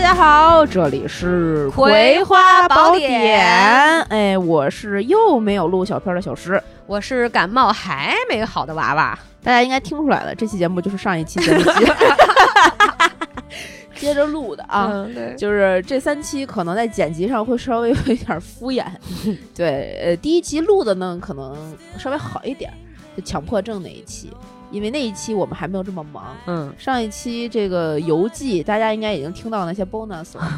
家好，这里是《葵花宝典》。哎，我是又没有录小片的小诗，我是感冒还没好的娃 娃。大家应该听出来了，这期节目就是上一期节目 接着录的 啊。嗯，对，就是这三期可能在剪辑上会稍微有一点敷 衍，对，呃，第一期录的呢可能稍微好一点，就强迫症那一期，因为那一期我们还没有这么忙。嗯，上一期这个游记，大家应该已经听到那些 bonus 了。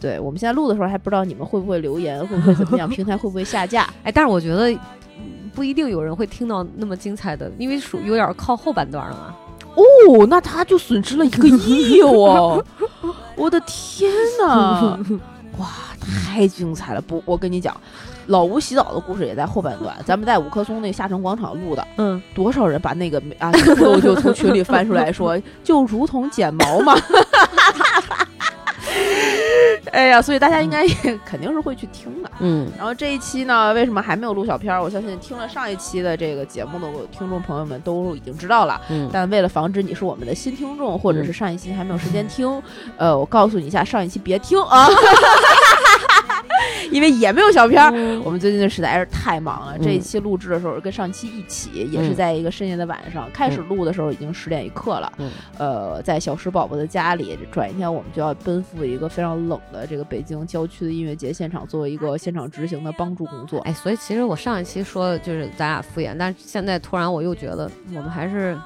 对，我们现在录的时候还不知道你们会不会留言，会不会怎么样，平台会不会下 架？哎，但是我觉得嗯不一定有人会听到那么精彩的，因为属有点靠后半段了嘛。哦，那他就损失了一个亿哦！我的天 哪，哇，太精彩了！不，我跟你讲，老吴洗澡的故事也在后半 段，咱们在五棵松那个下沉广场录的，嗯，多少人把那个 啊，我就从群里翻出来说，就如同剪毛嘛。 哎呀，所以大家应该也肯定是会去听的。嗯，然后这一期呢，为什么还没有录小片儿？我相信听了上一期的这个节目的听众朋友们都已经知道了。嗯但为了防止你是我们的新听众，或者是上一期还没有时间听，呃，我告诉你一下，上一期别听啊， 因为也没有小片儿。我们最近实在是太忙了，嗯这一期录制的时候跟上期一起，也是在一个深夜的晚上。开始录的时候已经十点一刻了，嗯呃，在小石宝宝的家里，转一天我们就要奔赴一个非常冷的这个北京郊区的音乐节现场，作为一个现场执行的帮助工作。哎，所以其实我上一期说的就是咱俩敷衍，但是现在突然我又觉得我们还是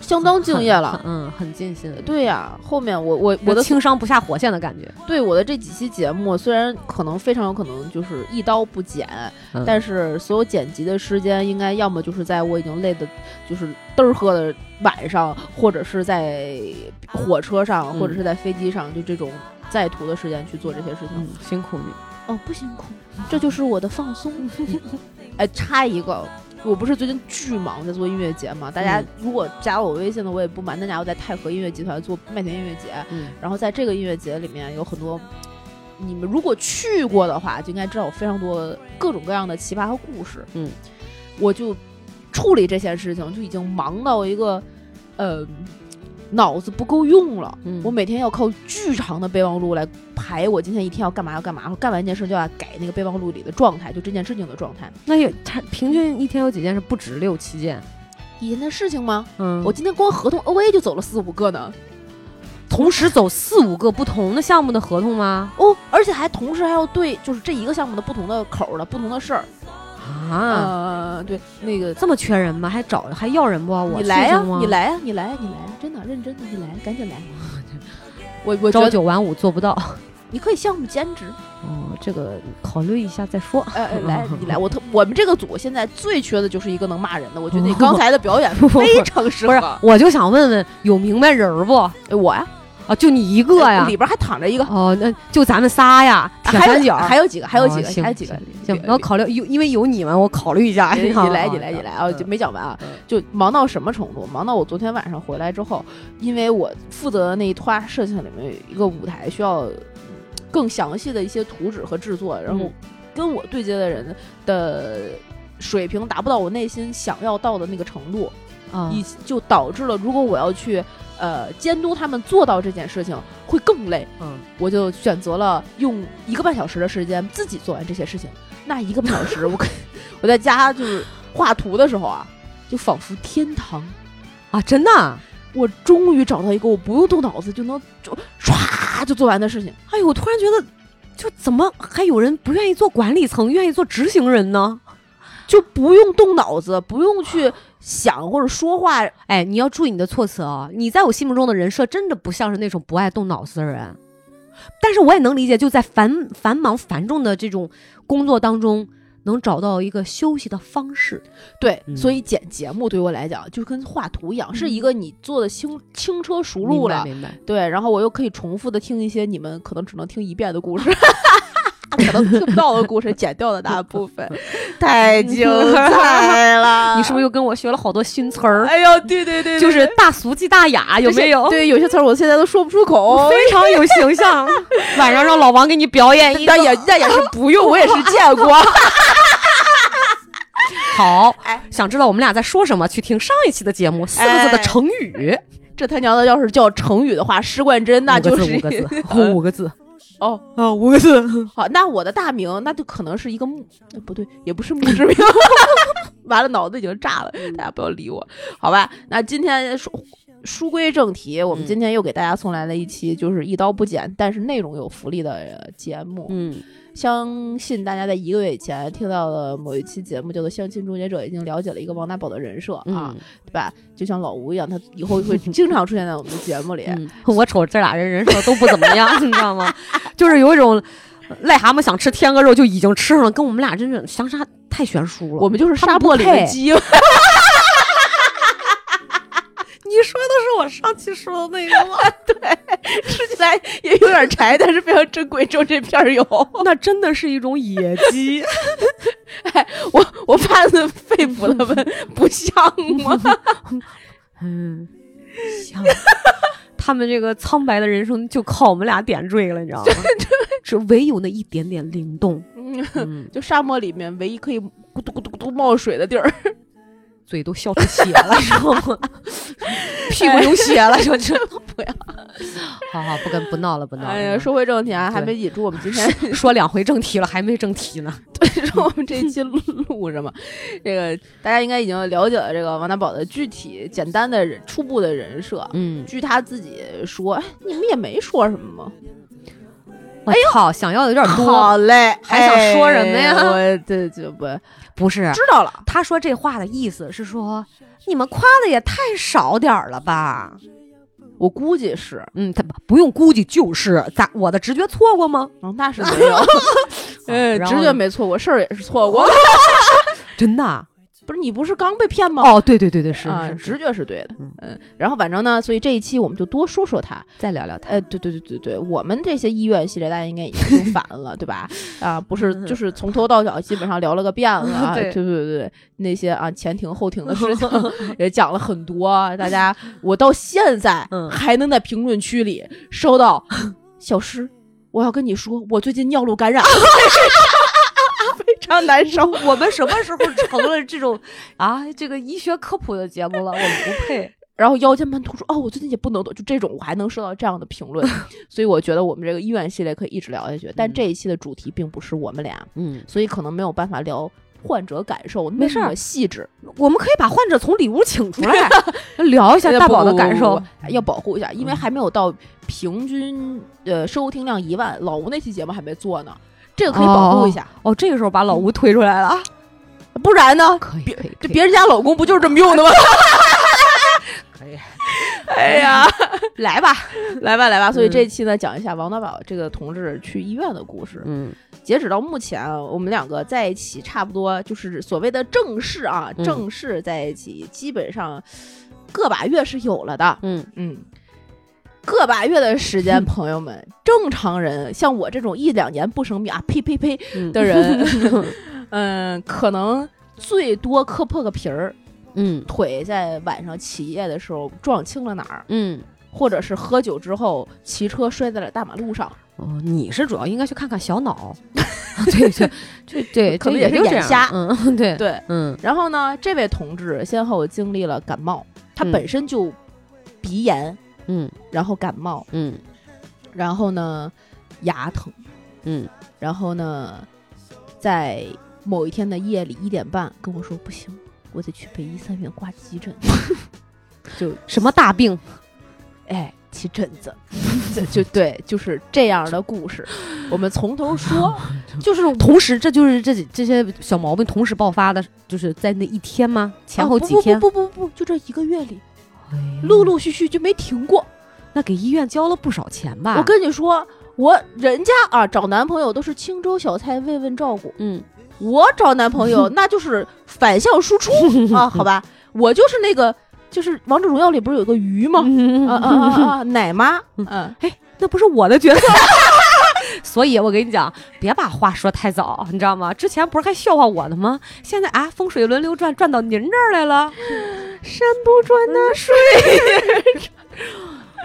相当敬业很 了。，嗯，很尽心。对呀、后面我我我的轻伤不下火线的感觉，对我的这几期节目，虽然可能非常有可能就是一刀不剪，嗯但是所有剪辑的时间应该要么就是在我已经累的，就是嘚儿喝的晚上，或者是在火车上，嗯或者是在飞机上，就这种在途的时间去做这些事情。嗯，辛苦你。哦，不辛苦，这就是我的放 松。哎，插一个。我不是最近巨忙在做音乐节嘛？大家嗯如果加我微信的，我也不瞒大家，我在泰和音乐集团做麦田音乐节。嗯，然后在这个音乐节里面有很多，你们如果去过的话，就应该知道有非常多各种各样的奇葩和故事。嗯，我就处理这些事情就已经忙到一个，呃，脑子不够用了。嗯我每天要靠巨长的备忘录来排我今天一天要干嘛要干嘛，干完一件事就要改那个备忘录里的状态，就这件事情的状态。那有他平均一天有几件是不止六七件？以前的事情吗？嗯我我今天光合同 OA 就走了四五个呢。同时走四五个不同的项目的合同吗？哦，而且还同时还要对，就是这一个项目的不同的口儿的不同的事儿，啊，嗯，对，那个这么缺人吗？还找还要人不啊？我你来呀、去行吗你，来呀、你来呀、你来呀、真的认真的，你来，赶紧来。我我觉朝得九晚五做不到。你可以项目兼职，哦，这个考虑一下再说。呃，呃来你来，我特我们这个组现在最缺的就是一个能骂人的，我觉得你刚才的表演非常适不是合，我就想问问有明白人儿不？啊，呃我呀，就你一个呀？里边还躺着一个，哦，那就咱们仨呀，铁还有三角。还有几个，还有几哦个，行还有几个行，行，然后考虑有，因为有你们，我考虑一下。哎你好来，好你来，好你来啊！就嗯没讲完啊嗯，就忙到什么程度？忙到我昨天晚上回来之后，因为我负责的那一坨事情里面有一个舞台需要更详细的一些图纸和制作，然后嗯跟我对接的人的水平达不到我内心想要到的那个程度，啊以就导致了如果我要去呃监督他们做到这件事情会更累。嗯，我就选择了用一个半小时的时间自己做完这些事情。那一个半小时，我跟 我在家就是画图的时候啊，就仿佛天堂。啊，真的啊？我终于找到一个我不用动脑子就能就唰就做完的事情。哎呦，我突然觉得，就怎么还有人不愿意做管理层，愿意做执行人呢？就不用动脑子，不用去想或者说话，哎，你要注意你的措辞啊！你在我心目中的人设真的不像是那种不爱动脑子的人，但是我也能理解，就在繁繁忙繁重的这种工作当中，能找到一个休息的方式。对，嗯所以剪节目对我来讲就跟画图一样，是一个你做的轻轻车熟明路白了，明白。对，然后我又可以重复的听一些你们可能只能听一遍的故事， 可能听不到的故事，剪掉的大部 分，太精彩了！你是不是又跟我学了好多新词儿？哎呦，对对对，就是大俗即大雅，有没有？对，有些词儿我现在都说不出口。非常有形象。 晚上让老王给你表演一 个那，也那也是不用，我也是见 过。好，想知道我们俩在说什么？去听上一期的节目，四个字的成语，这他娘的，要是叫成语的话，施冠珍那五个就字是 五个字，五个字，哦，啊，五个字，好，那我的大名那就可能是一个墓，哎不对，也不是墓志铭。 完了，脑子已经炸了，嗯大家不要理我，好吧？那今天书书归正题，我们嗯今天又给大家送来了一期就是一刀不剪，但是内容有福利的呃节目。嗯，相信大家在一个月以前听到的某一期节目叫做《相亲终结者》，已经了解了一个王大宝的人设嗯啊，对吧？就像老吴一样，他以后会经常出现在我们的节目里。嗯，我瞅这俩人人设都不怎么样， 你知道吗？就是有一种癞蛤蟆想吃天鹅肉就已经吃上了，跟我们俩真是相差太悬殊了。我们就是他们沙不漠里的配 鸡， 你说的是我上期说的那个吗？吃起来也有点柴，但是非常珍贵，只有这片儿有。 那真的是一种野 鸡，我 我发自肺腑的问，不像吗？ 嗯，像。他们这个苍白的人生就靠我们俩点缀了，你知 道吗？只唯有那一点点灵动，嗯嗯， 就沙漠里面唯一可以咕嘟咕嘟咕嘟冒水的地儿。嘴都笑出血了，知道吗？屁股流血了，说这不要。好好，不跟不闹了，不闹了。 哎呀，说回正题啊，还没引出我们今 天说两回正题了，还没正题呢。对，说我们这一期录录什么？这个大家应该已经了解了这个王大宝的具体、简单的人、初步的人设。 嗯，据他自己说，哎，你们也没说什么吗？哎我操，想要的有点多。好嘞，还想说什么呀哎我这就不知不是，道了。他说这话的意思是说，你们夸的也太少点儿了吧？我估计是，嗯，他不不用估计，就是咋我的直觉错过吗？啊哦、那是没有， 嗯，然直后觉没错过，事儿也是错过。真的啊不是你不是刚被骗吗？哦，对对对对，是啊，是直是，觉是对的嗯，嗯，然后反正呢，所以这一期我们就多说说他，再聊聊他。呃，对对对对对，我们这些医院系列大家应该已经听烦 了，对吧？啊，不是，就是从头到脚基本上聊了个遍了 啊，嗯对对对对对，那些啊前庭后庭的事情也讲了很多，啊大 家我到现在嗯还能在评论区里收到小诗，我要跟你说，我最近尿路感染了 非常难受。我们什么时候成了这种 啊这个医学科普的节目了？我们不配。然后腰间盘突出，哦，我最近也不能动，就这种我还能收到这样的评 论，所以我觉得我们这个医院系列可以一直聊下去。但嗯这一期的主题并不是我们俩，嗯，所以可能没有办法聊患者感受没那事儿么细致。我们可以把患者从里屋请出 来，聊一下大宝的感受嗯不。不哎不要保护一下，因为还没有到平均呃收听量一万，老吴那期节目还没做呢，这个可以保护一下，哦，这个时候把老吴推出来了啊！不然呢， 可以，别可以，这别人家老公不就是这么用的吗？可以， 哎呀， 来吧，来吧来吧，所以嗯这期呢讲一下王大宝这个同志去医院的故事。嗯截止到目前啊，我们两个在一起差不多就是所谓的正式啊，嗯正式在一起基本上个把月是有了的，嗯嗯。个把月的时 间，朋友们，正常人像我这种一两年不生病啊，呸呸呸嗯的 人，嗯，可能最多磕破个皮儿，嗯腿在晚上起夜的时候撞青了哪儿，嗯，或者是喝酒之后骑车摔在了大马路上，哦，你是主要应该去看看小 脑，对对对对，可能这也是就这眼样瞎嗯， 对，对，嗯然后呢，这位同志先后经历了感冒，他嗯本身就鼻炎，嗯然后感冒，嗯然后呢牙疼，嗯然后呢在某一天的夜里一点半跟我说不行，我得去北医三院挂急诊， 就什么大病？哎起疹子， 就就对，就是这样的故事，我们从头说，就是同时，这就是这这些小毛病同时爆发的，就是在那一天吗？前后啊不几天？不不不不不，就这一个月里，哎陆陆续续就没停过。那给医院交了不少钱吧？我跟你说，我人家啊找男朋友都是青州小菜慰问照顾， 嗯我找男朋 友那就是反向输出啊，好吧，我就是那个就是王者荣耀里不是有个鱼吗？嗯啊啊啊啊 啊，奶妈，嗯，那不是我的角色。 所以，我跟你讲，别把话说太早，你知道吗？之前不是还笑话我呢吗？现在啊，风水轮流转，嗯转到您这儿来了。山不转那水。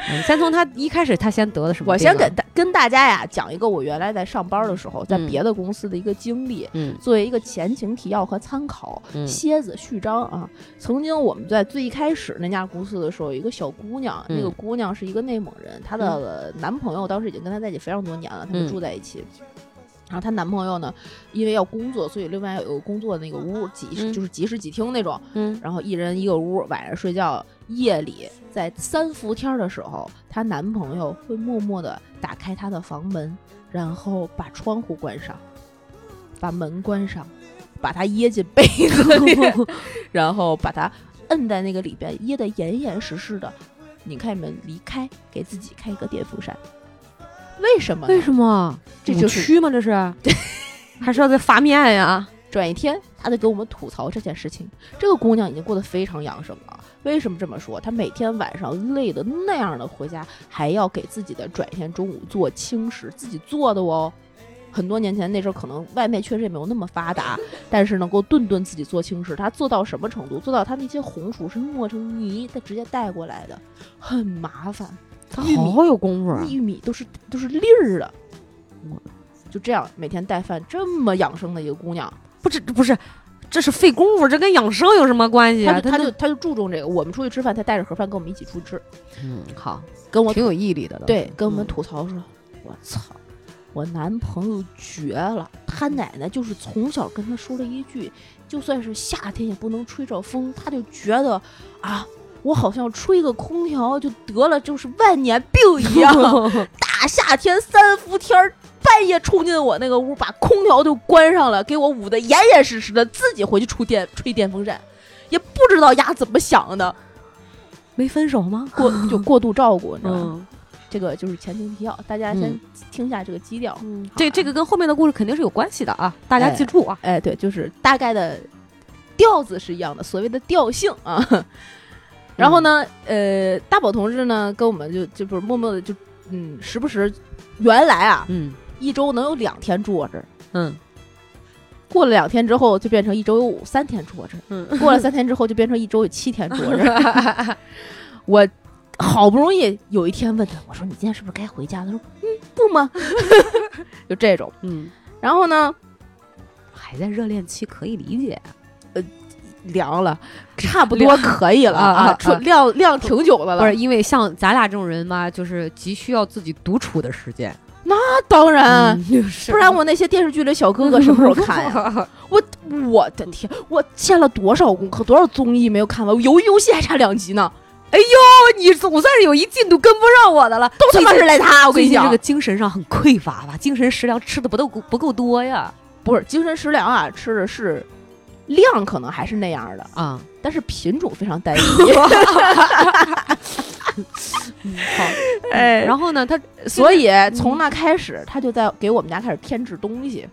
嗯先从他一开始他先得的什么我病啊？先给大跟大家呀讲一个我原来在上班的时候，在嗯别的公司的一个经历，嗯作为一个前情提要和参考。嗯蝎子序章啊，曾经我们在最一开始那家公司的时候，有一个小姑娘，嗯那个姑娘是一个内蒙人，她的男朋友当时已经跟她在一起非常多年了，他嗯们住在一起。然后她男朋友呢，因为要工作，所以另外有个工作的那个屋，几、嗯就是几室几厅那种，嗯然后一人一个屋，晚上睡觉，夜里在三伏天的时候，她男朋友会默默的打开她的房门，然后把窗户关上，把门关上，把她掖进被子里，然后把她摁在那个里边，掖得严严实实的。你开门离开，给自己开一个电风扇。为什么呢？为什么？这这就就是区吗？这是？还是要再发面呀？转一天，她在给我们吐槽这件事情。这个姑娘已经过得非常养生了。为什么这么说？她每天晚上累得那样的回家，还要给自己的转一天中午做轻食，自己做的哦。很多年前那时候，可能外卖确实也没有那么发达， 但是能够顿顿自己做轻食，她做到什么程度？做到她那些红薯是磨成泥，再直接带过来的，很麻烦。玉米好有功夫啊！玉米都是都是粒儿的我，就这样每天带饭，这么养生的一个姑娘。不是不是，这是费功夫，这跟养生有什么关系他啊？就他他就那他就注重这个。我们出去吃饭，他带着盒饭跟我们一起出去吃，嗯好，跟我挺有毅力的倒是。对跟我们嗯吐槽说：“我操，我男朋友绝了！他奶奶就是从小跟他说了一句，就算是夏天也不能吹着风，他就觉得啊，我好像吹个空调就得了就是万年病一 样。大夏天三伏天儿。”半夜冲进我那个屋，把空调就关上了，给我捂得严严实实的，自己回去出电吹电风扇，也不知道丫怎么想的。 没分手吗？过 就过度照顾，你知道吗？嗯这个就是前情提要，大家先嗯听一下这个基调。嗯，好这啊这个跟后面的故事肯定是有关系的啊，大家哎记住啊。哎，对，就是大概的调子是一样的，所谓的调性啊。 然嗯后呢，呃，大宝同志呢跟我们就就不是默默的就嗯，时不时原来啊嗯一周能有两天住我这儿，嗯过了两天之后就变成一周有五三天住我这儿，嗯，过了三天之后就变成一周有七天住我这儿。我好不容易有一天问他，我说你今天是不是该回家？他说嗯，不嘛， 就这种。 嗯，然后呢，还在热恋期可以理解，凉 了，差不多可以了啊啊啊啊，出晾晾挺久的不是了。因为像咱俩这种人吧，就是急需要自己独处的时间，那当然，嗯不不然我那些电视剧里小哥哥什么时候看 呀？哎呀？我我的天，我欠了多少功课，多少综艺没有看完？我游游戏还差两集呢，哦你总算是有一进度跟不上我的了，都他妈是赖他！我跟最你近这讲个，精神上很匮乏吧，精神食粮吃的不够不够多呀。不是精神食粮啊，吃的是量可能还是那样的， 啊，但是品种非常 单一。嗯，好。哎然后呢，他所以嗯从那开始，他就在给我们家开始添置东西。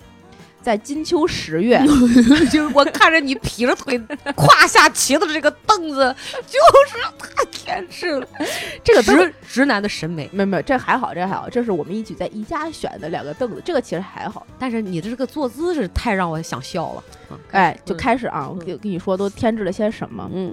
在金秋十 月，就是我看着你劈着腿 胯下骑的这个凳子，就是太天真了。这个直直男的审美，没有没有，这还好，这还好，这是我们一起在宜家选的两个凳子，这个其实还好。但是你的这个坐姿是太让我想笑了。哎，就嗯开始啊，我给跟你说都添置了些什么，嗯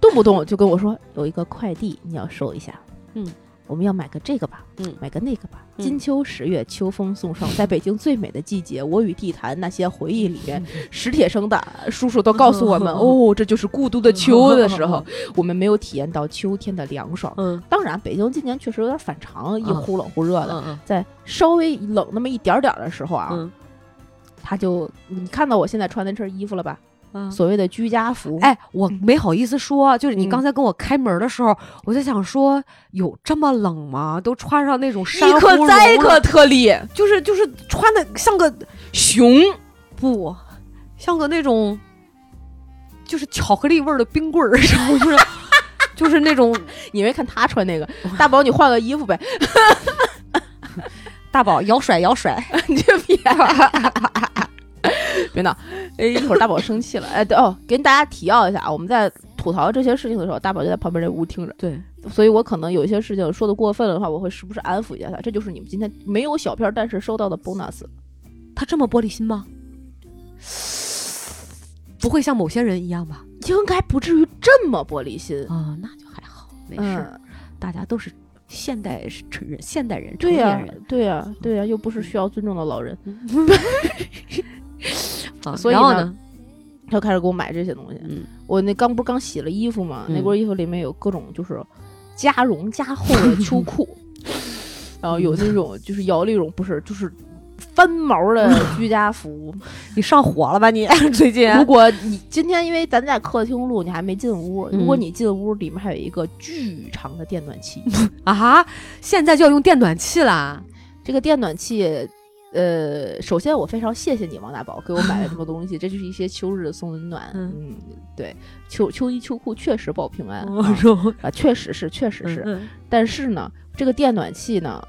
动不动就跟我说有一个快递你要收一下，嗯，我们要买个这个吧，嗯买个那个吧。嗯金秋十月，秋风送上，在北京最美的季节，我与地坛那些回忆里面， 史铁生的叔叔都告诉我们，哦，这就是故都的 秋的时候，我们没有体验到秋天的凉爽。嗯当然，北京今年确实有点反常，一嗯忽冷忽热的。嗯在稍微冷那么一点儿点儿的时候啊，嗯他就你看到我现在穿的这身衣服了吧？嗯。所谓的居家服，，哎，我没好意思说，就是你嗯刚才跟我开门的时候，我在想说，有这么冷吗？都穿上那种一衫裤克绒再一了克特例，就是就是穿的像个熊不，像个那种就是巧克力味儿的冰棍儿，然后就是就是那种你没看他穿那个，大宝你换个衣服 呗，大宝摇甩 摇甩，你就别别闹，哎，一会儿大宝生气了，哎，对哦，跟大家提要一下啊，我们在吐槽这些事情的时候，大宝就在旁边这屋听着， 对，所以我可能有一些事情说的过分了的话，我会时不时安抚一下他，这就是你们今天没有小片儿，但是收到的 bonus，他这么玻璃心吗？不会像某些人一样吧？应该不至于这么玻璃心，嗯啊、那就还好，没事，嗯儿，。大家都是现代是成人、现代人、成对呀、年人嗯对呀、对呀、又不是需要尊重的老人，啊。所以然后呢呢，他就开始给我买这些东西。嗯，我那刚不是刚洗了衣服嘛，嗯那波衣服里面有各种就是加绒加厚 的秋裤，然后有那种就是摇粒绒，不是就是翻毛的嗯居家 服。你上火了吧你？ 最近如果你今天因为咱在客厅录，你还没进屋，嗯如果你进屋，里面还有一个巨长的电暖器，啊，现在就要用电暖器啦。这个电暖器。呃，首先我非常谢谢你，王大宝给我买了这么多东西，这就是一些秋日送温暖。嗯嗯，对，秋秋衣秋裤确实保平 安、我啊说啊，确实是，确实是。是，但是呢，这个电暖器呢，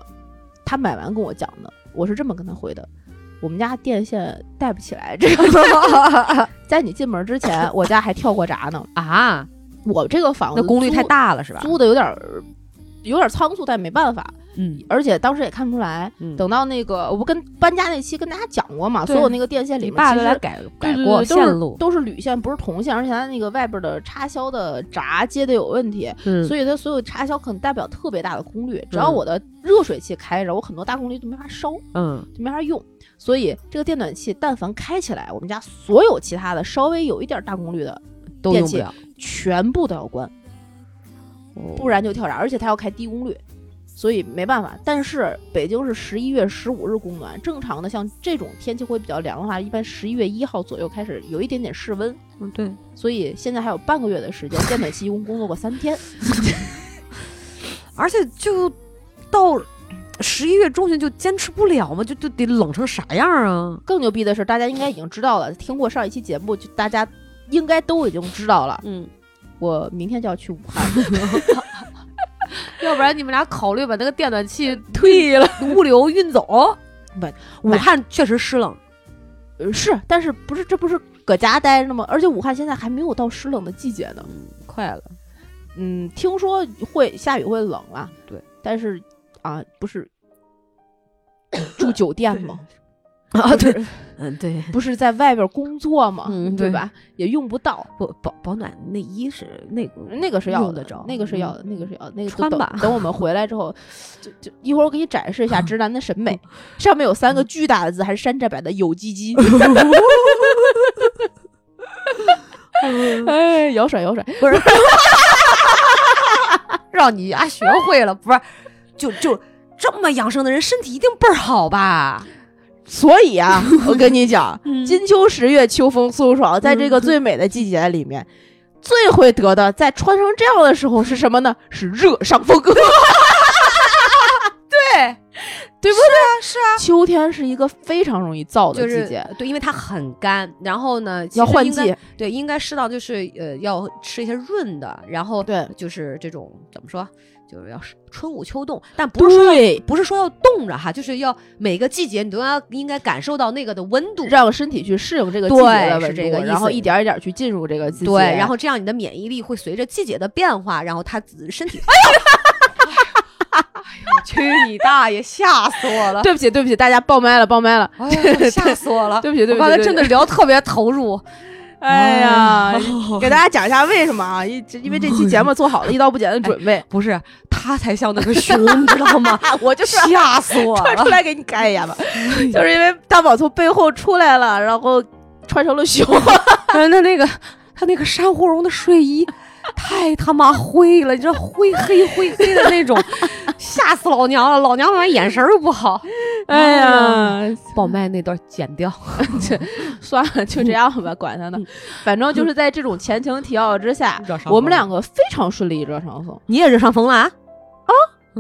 他买完跟我讲的，我是这么跟他回的：我们家电线带不起来，这 个在你进门之前，我家还跳过闸呢。啊，我这个房子那功率太租，大了是吧？租的有点儿有点儿仓促，但没办法，嗯而且当时也看不出来。嗯，等到那个我不跟搬家那期跟大家讲过嘛，对所有那个电线里你面爸其都实来改对改对过对线路，都是都是铝线，不是铜线，而且它那个外边的插销的闸接的有问题，嗯所以它所有插销可能代表特别大的功率。只要我的热水器开着，我很多大功率就没法烧，嗯就没法用。所以这个电暖器但凡开起来，我们家所有其他的稍微有一点大功率的，嗯都电用不器了，全部都要关，不然就跳闸。而且它要开低功率，所以没办法。但是北京是十一月十五日供暖，正常的像这种天气会比较凉的话，一般十一月一号左右开始有一点点室温，嗯对，所以现在还有半个月的时间，电暖器一共工作过三天。而且就到十一月中旬就坚持不了嘛，就就得冷成啥样啊？更牛逼的是，大家应该已经知道了，听过上一期节目，就大家应该都已经知道了。嗯，我明天就要去武汉， 要不然你们俩考虑把那个电暖 器退了。物流运走。不，武汉确实湿冷，呃是，但是不是这不是搁家待着呢吗？而且武汉现在还没有到湿冷的季节呢。快了。嗯，听说会下雨会冷啊。嗯对，但是啊，不是住酒店吗？啊，不 对，是嗯，对，不是在外边工作吗？嗯对对吧？也用不到。保保保暖内衣是那个那个是要嗯用的得着嗯那个是要 的，那个是要的，那个就穿等吧啊等我们回来之后，就就一会儿我给你展示一下直男的审美，上面有三个巨大的字，还是山寨版的有鸡 鸡，哎， 摇甩摇甩，不是，让你啊学会了，不是，就就这么养生的人，身体一定倍儿好吧？所以 啊，我跟你讲，金秋十月，秋风送爽，在这个嗯最美的季节里面，最会得的，在穿成这样的时候是什么呢？是热伤风。对， 对不对？是啊，秋天是一个非常容易燥的就季是节，对，因为它很干，然后呢，其要实换应该季，，对，应该适当就是呃，要吃一些润的，然后对，就是这种怎么说，就是要是春捂秋冻，但不是说要对，不是说要冻着哈，就是要每个季节你都要应该感受到那个的温度，让身体去适应这个季对节的是温度，这个意然后思一点儿一点儿去进入这个季节。对，然后这样你的免疫力会随着季节的变化，然后它自 身体。哎哎哎呦，我去你大爷！吓死 我了！对不起，对不起，大家爆麦了，爆麦了，哎呦，吓死我 了！对不起，对啊我不起，刚对才不真的起，聊特别投入。哎呀，给给大家讲一下为什么啊？因因为这期节目做好了一刀不剪的准备，不是他才像那个熊，你知道 吗？啊，我就是吓死我穿 出了！来给你干一下 吧，就是因为大宝从背后出来了，然后穿成了 熊，他 那个他那个珊瑚绒的睡衣。太他妈灰了，你知道灰黑灰黑的那种，吓死老娘了！老娘们眼神儿又不好，哎呀，爆麦那段剪 掉。算了，就这样吧，管 他呢，反正就是在这种前情提要之下，我我们们俩两个非常顺利热上风。你也热上风了啊？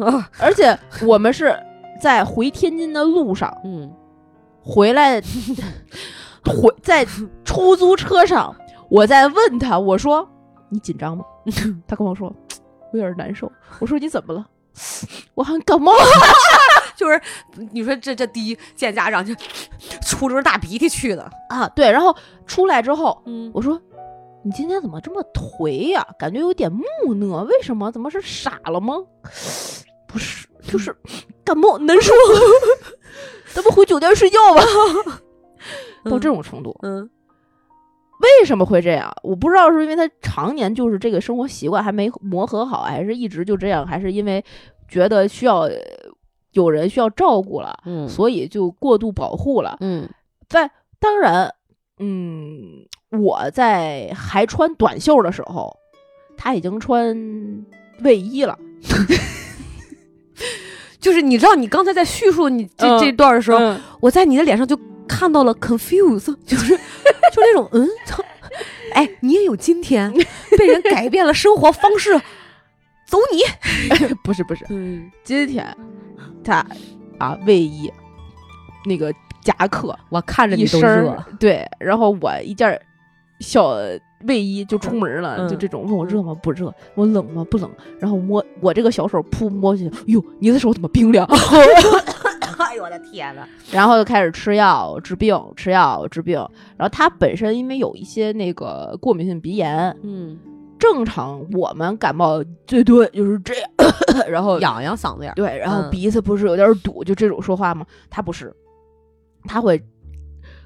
啊，而且我们是在回天津的路上嗯，回来，回在出租车上，我在问他，我说你紧张吗？ 他跟我说我有点难受。我说你怎么了？我好像感冒了。就是你说这这第一见家长就 出着大鼻涕去的，啊，对，然后出来之后，嗯，我说你今天怎么这么颓呀、感觉有点木讷，为什么？怎么是傻了吗？不是，就是感冒难受。 咱们回酒店睡觉吧，到这种程度。嗯为什么会这样？我不知道是因为他常年就是这个生活习惯还没磨合好，还是一直就这样，还是因为觉得需要呃有人需要照顾了，嗯所以就过度保护了。嗯在当然，嗯，我在还穿短袖的时候，他已经穿卫衣了。就是你知道，你刚才在叙述你这、嗯这段的时候，嗯我在你的脸上就看到了 confuse，就是 就那种嗯， 操哎，你也有今天，被人改变了生活方式，走你。 不是不是，嗯，今天他啊卫衣，那个夹克我看着一你都身儿热，对，然后我一件儿小卫衣就出门了，嗯就这种问我热吗？不热。我冷吗？不冷。然后摸我这个小手扑摸进去，哟，你的手怎么冰凉？啊哎呦我的天呐， 然后就开始吃药治病，吃药治病。然后他本身因为有一些那个过敏性鼻炎，嗯，正常我们感冒最多就是这样， 然后痒痒嗓子眼儿，对，然后嗯鼻子不是有点堵，就这种说话吗？他不是，他会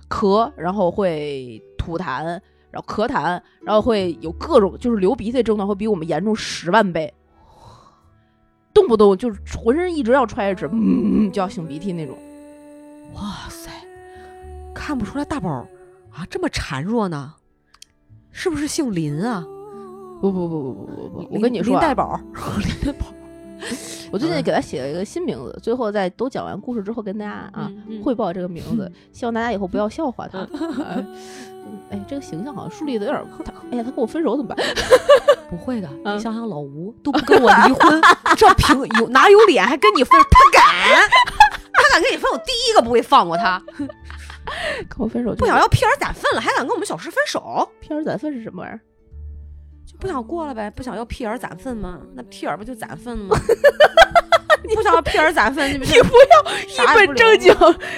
咳，然后会吐痰，然后咳痰，然后会有各种就是流鼻涕症状会比我们严重十万倍，动不动就是浑身一直要揣着纸，嗯，就要擤鼻涕那种。哇塞，看不出来大宝儿啊这么孱弱呢，是不是姓林啊？不不不不不不不，我林跟你说林啊、带宝儿，林带宝儿我最近嗯给他写了一个新名字，最后在都讲完故事之后跟大家啊、 汇报这个名字，希望大家以后不要笑话他。呃 哎，这个形象好像树立的有点儿，他哎呀，他跟我分手怎么办？ 不会的，嗯你想想老吴都不跟我离 婚，这凭有哪有脸还跟你分？他敢， 他敢跟你分，我第一个不会放过他。跟我分手就不想要屁眼儿攒分了，还敢跟我们小石分手？片儿攒分是什么玩意儿？就不想过了呗，不想要屁眼儿攒分吗？那屁眼儿不就攒分 吗？不想要屁眼儿攒分，你不就啥也不留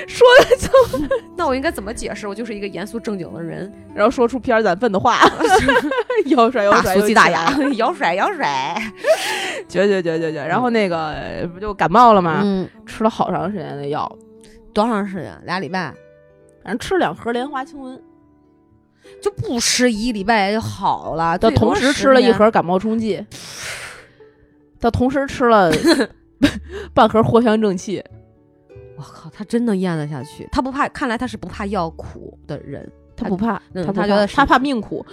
说的这么，那我应该怎么解释？我就是一个严肃正经的人， 然后说出片儿攒分的 话，腰甩腰大甩，俗气大雅，， 摇甩摇甩。绝绝绝绝绝。然后那个呃不就感冒了吗？嗯，吃了好长时间的药，多长时间？俩礼拜反正吃了两盒莲花清瘟，就不吃一礼拜就好了。他最多同时10吃了一天盒感冒冲 剂，他同时吃了 半盒藿香正气。我靠，他真能咽得下去，他不怕，看来他是不怕药苦的人。他不怕，嗯他不他怕觉得是他怕命苦，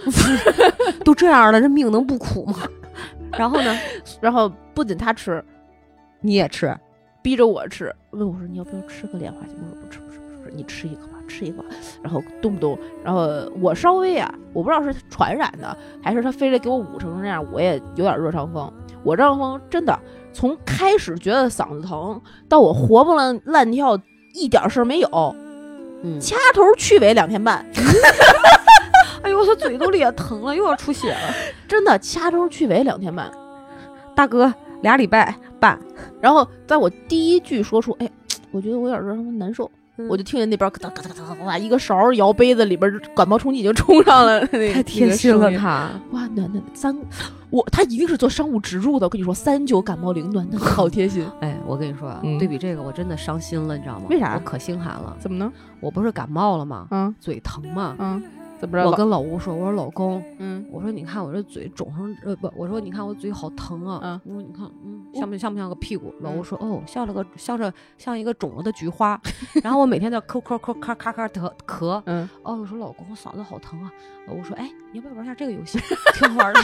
都这样了，这命能不苦吗？ 然后呢，然后不仅他吃，你也吃，逼着我吃，问我说你要不要吃个莲花清瘟？我说不吃不吃不吃，你吃一个吧，吃一个吧。然后动不动，然后我稍微啊，我不知道是传染的，还是他非得给我捂成这样，我也有点热伤风。我热伤风真的从开始觉得嗓子疼，到我活蹦乱乱跳，一点事儿没有，嗯掐头去尾两天半，哎呦，我的嘴都裂疼了，又要出血了。真的掐头去尾两天半。大哥，俩礼拜半，然后在我第一句说出“哎，我觉得我有点热伤风难受”，嗯我就听见那边咯噔咯噔咯噔哇，一个勺儿摇杯子里边感冒冲剂就冲上 了，那个太贴心了那个声音他。哇，暖暖的三，我他一定是做商务植入的，我跟你说，三九感冒灵暖暖，好贴心。哎，我跟你说啊，嗯对比这个我真的伤心了，你知道吗？为啥我可心寒了， 怎么呢？我不是感冒了吗？嗯嘴疼嘛。嗯，怎么我着？跟老吴说，我说老公，嗯，我说你看我这嘴肿成呃不，我说你看我嘴好疼啊，嗯我说你看嗯我像不像不像个屁股？老嗯吴说哦像了个像着像一个肿了的菊花， 然后我每天在咳咳咳咔咔咔咳咳，嗯，哦我说老公我嗓子好疼啊，老吴说哎你要不要玩下这个游戏， 挺好玩的。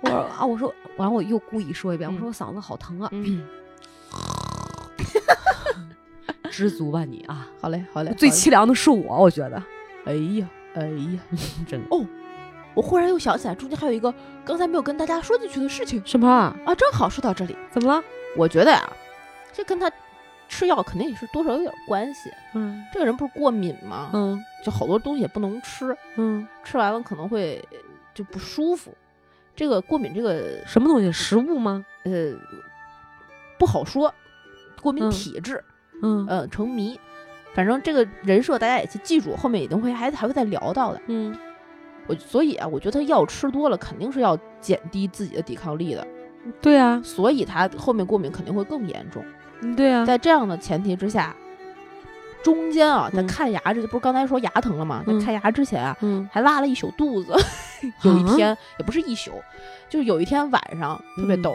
我说啊，我说，完了我又故意说一遍，我说我嗓子好疼 啊， 嗯知足吧你啊，好嘞，好嘞，最好嘞凄凉的是我，我觉得哎呀，哎 呀，真的哦我忽然又想起来，中间还有一个刚才没有跟大家说进去的事情什么啊，正好说到这里。怎么了？我觉得呀、这跟他吃药肯定也是多少有点关系。嗯这个人不是过敏吗？嗯就好多东西也不能吃，嗯，吃完了可能会呃就不舒服。这个过敏这个什么东西？食物吗？呃不好说，过敏嗯体质，嗯呃成谜。反正这个人设大家也去记住，后面一定会还还会再聊到的。嗯我所以啊，我觉得药吃多了肯定是要减低自己的抵抗力的，对啊，所以他后面过敏肯定会更严重。嗯对啊，在这样的前提之下，中间啊，在嗯看牙之前，不是刚才说牙疼了吗？在嗯看牙之前啊，嗯还拉了一宿肚子。 啊有一天，也不是一宿，就是有一天晚上特别嗯逗，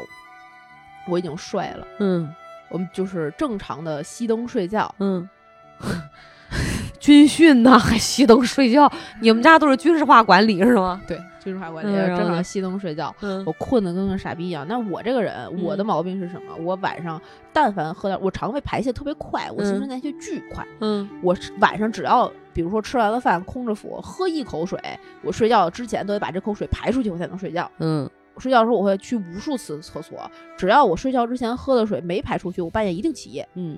我已经睡了，嗯我们就是正常的熄灯睡觉。嗯， 军训呢还熄灯睡觉，你们家都是军事化管理是吗？对，军事化管理，嗯然后正呢常熄灯睡觉。嗯我困得跟个傻逼一样。那我这个人，嗯我的毛病是什么？我晚上但凡喝点，我肠胃排泄特别快，我新嗯陈代谢巨快。嗯我是晚上只要比如说吃完了饭空着腹，喝一口水，我睡觉之前都得把这口水排出去，我才能睡觉。嗯我睡觉的时候我会去无数次厕所，只要我睡觉之前喝的水没排出去，我半夜一定起夜，嗯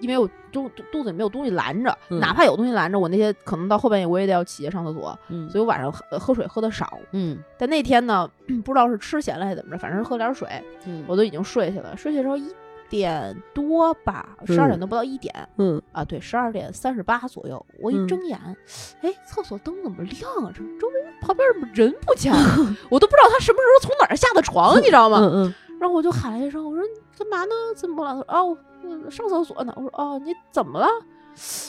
因为我肚肚肚子里没有东西拦着，嗯哪怕有东西拦着我，那些可能到后半夜我也得要起夜上厕所，嗯所以我晚上喝喝水喝的少。嗯但那天呢， 不知道是吃咸了还是怎么着，反正是喝点水，嗯我都已经睡去了。睡去之后一点多吧，嗯十二点都不到一点、嗯啊，对，十二点三十八左右。我嗯一睁眼，哎、厕所灯怎么亮啊？这周围旁边怎么人不见 了？我都不知道他什么时候从哪儿下的床，你知道吗？嗯然后我就喊了一声，我说你干嘛呢？怎么了？他说哦，嗯上厕所呢。我说哦，你怎么了？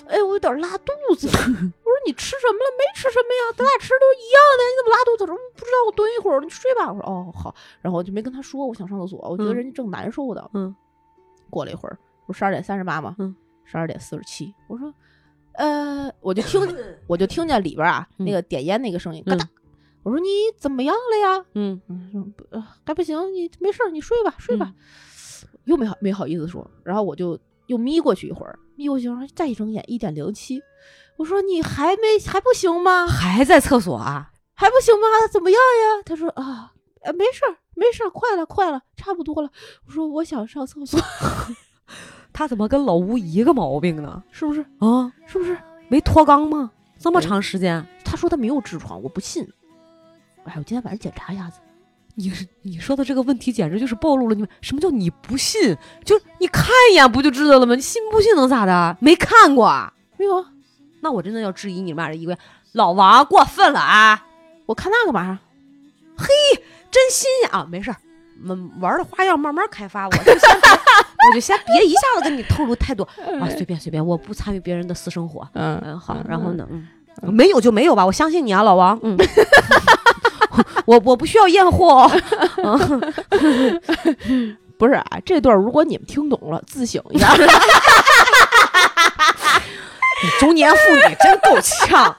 哎，我有点拉肚 子。我说你吃什么了？没吃什么呀，咱俩吃的都一样的，你怎么拉肚子？他说嗯不知道，我蹲一会儿，你睡吧。我说哦好，然后我就没跟他说，我想上厕所，我觉得嗯人家正难受的。嗯，过了一会儿，不十二点三十八嘛，嗯，十二点四十七，我说呃，我就听我就听见里边啊、嗯那个点烟那个声音，嗯嘎哒。我说你怎么样了呀？嗯嗯，说不呃该不行，你没事儿，你睡吧，睡吧。嗯又没好没好意思说，然后我就又眯过去一会儿，眯过去一会儿再一睁眼一点零七，我说你还没还不行吗？还在厕所啊？还不行吗？怎么样呀？他说啊，呃没事儿，没事儿，快了，快了，差不多了。我说我想上厕所，他怎么跟老吴一个毛病呢？是不是？啊，是不是？没脱肛吗？这么对长时间？他说他没有痔疮，我不信。哎，我今天晚上检查一下子。你是你说的这个问题，简直就是暴露了你们什么叫你不信？就是你看一眼不就知道了吗？你信不信能咋的？没看过啊？没有啊，那我真的要质疑你们俩的一个老王过分了啊！我看那干嘛？真心眼啊，没事儿，嗯，玩的花样慢慢开发，我就先别 我就先别一下子跟你透露太 多啊，随便随便，我不参与别人的私生活。嗯，嗯，好，然后呢，嗯，没有就没有吧，我相信你啊，老王，嗯， 我我不需要验货哦， 不是啊，这段如果你们听懂了，自省一下。 你中年妇女真够呛，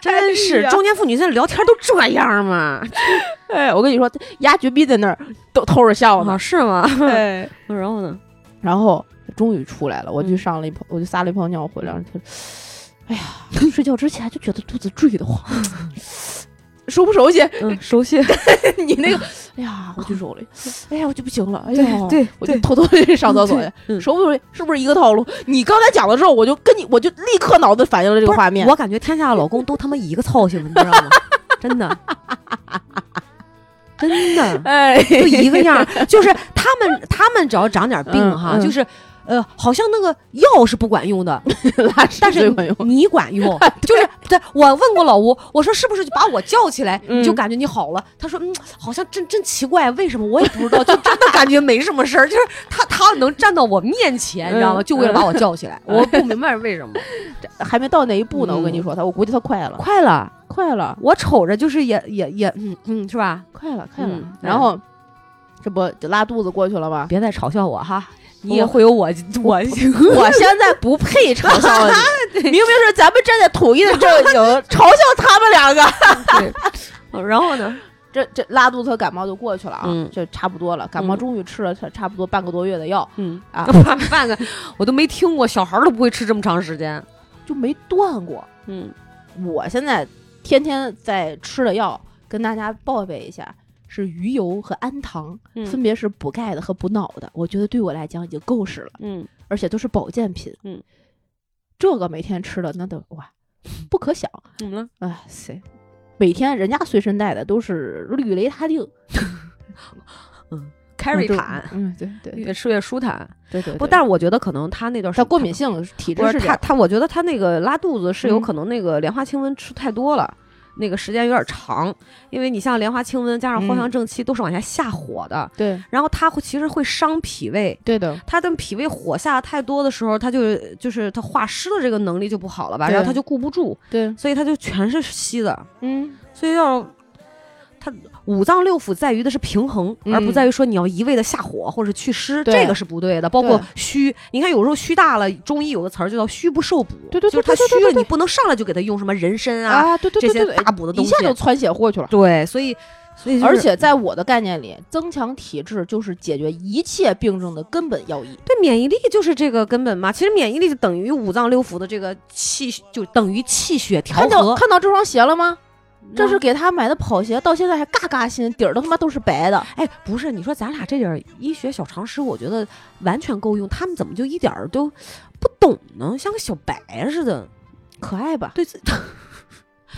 真哎是呀中年妇女现在聊天都这样吗？哎，我跟你说，丫绝逼在那儿都偷着笑呢啊，。是吗？对， 然后呢？ 然后终于出来了，我嗯去上了一泡，我就撒了一泡尿回来，然后他哎呀，睡觉之前就觉得肚子坠得 慌，熟不熟悉？嗯，熟 悉，你那个，哎呀，我就揉了一，哎呀，我就不行了，哎对呀，对，我就偷偷地上厕所去，嗯熟不熟悉？是不是一个套路？你刚才讲的时候，我就跟你，我就立刻脑子反应了这不个是画面。我感觉天下的老公都他妈一个操性，你知道 吗？真的， 真的。 哎，就一 个样儿，就是他们他们只要长点病哈，嗯嗯就是呃，好像那个药是不管 用的，拉屎但是最管用你管 用，就是对我问过老吴，我说是不是就把我叫起来，嗯你就感觉你好了？他说嗯，好像真真奇怪，为什么我也不知 道，就真的感觉没什么事儿，就是他他能站到我面前，你知道吗？嗯就为了把我叫 起来，嗯我不明白是为什么。还没到那一步呢，我跟你嗯说他，我估计他快了， 快了，快了，我瞅着就是也也也嗯嗯是吧？快了，快嗯了。然后这不就拉肚子过去了吗？别再嘲笑我哈，你也我会有我我我现在不配嘲笑 你，明明是咱们站在统一的阵营， 嘲笑他们两个。对，然后呢？ 这这拉肚子和感冒就过去了啊，嗯就差不多了。感冒嗯终于吃了差差不多半个多月的药，嗯啊半半个 我都没听过，小孩儿都不会吃这么长时间。就没断过。嗯，我现在天天在吃的药，跟大家报备一下。是鱼油和氨糖，嗯分别是补钙的和补脑的。我觉得对我来讲已经够使了，嗯而且都是保健品。嗯，这个每天吃的那都哇，不可想。怎么了？哎，塞，每天人家随身带的都是氯雷他定、凯瑞坦，嗯，对对对越吃越舒坦。对对。不，但但是我觉得可能他那段时他过敏，性体质不是是这他样，他，我觉得他那个拉肚子是有嗯可能那个莲花清瘟吃太多了。那个时间有点长，因为你像莲花清瘟加上藿香正气都是往下下火的，对然后它会其实会伤脾胃，对的，它的脾胃火下得太多的时候，它就就是它化湿的这个能力就不好了吧，对然后它就顾不住，对，所以它就全是稀的，嗯，所以要它五脏六腑在于的是平衡，嗯而不在于说你要一味的下火或者去湿，对这个是不对的。包对括虚，你看有时候虚大了，中医有个词儿就叫虚不受补，对对对就是它对对虚对了，对你不能上来就给它用什么人参啊啊，对对这对些对对大补的东一西下。就窜血过去了。对，所以所以就是而且在我的概念里，增强体质就是解决一切病症的根本要义。对免疫力就是这个根本嘛。其实免疫力就等于五脏六腑的这个气，就等于气血调看到和。看到这双鞋了吗？这是嗯给他买的跑鞋，到现在还嘎嘎新，底儿都他妈都是白的。哎，不是，你说咱俩这点儿医学小常识，我觉得完全够用。他们怎么就一点儿都不懂呢？像个小白似的。可爱吧？对 自，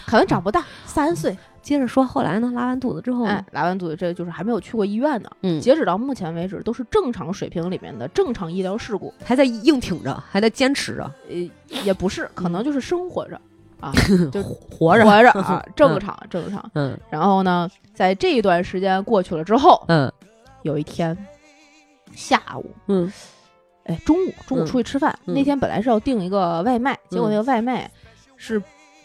可能长不大，三岁。接着说，后来呢？拉完肚子之后呢，哎，拉完肚子这个就是还没有去过医院呢。嗯，截止到目前为止，都是正常水平里面的正常医疗事故，还在硬挺着，还在坚持着，呃，也不是，可能就是生活着，就嗯 活着，活着啊，正常正常。嗯然后呢，在这一段时间过去了之后，嗯有一天下午，嗯哎，中午中午嗯出去吃饭，嗯那天本来是要订一个外卖，结果那个外卖是。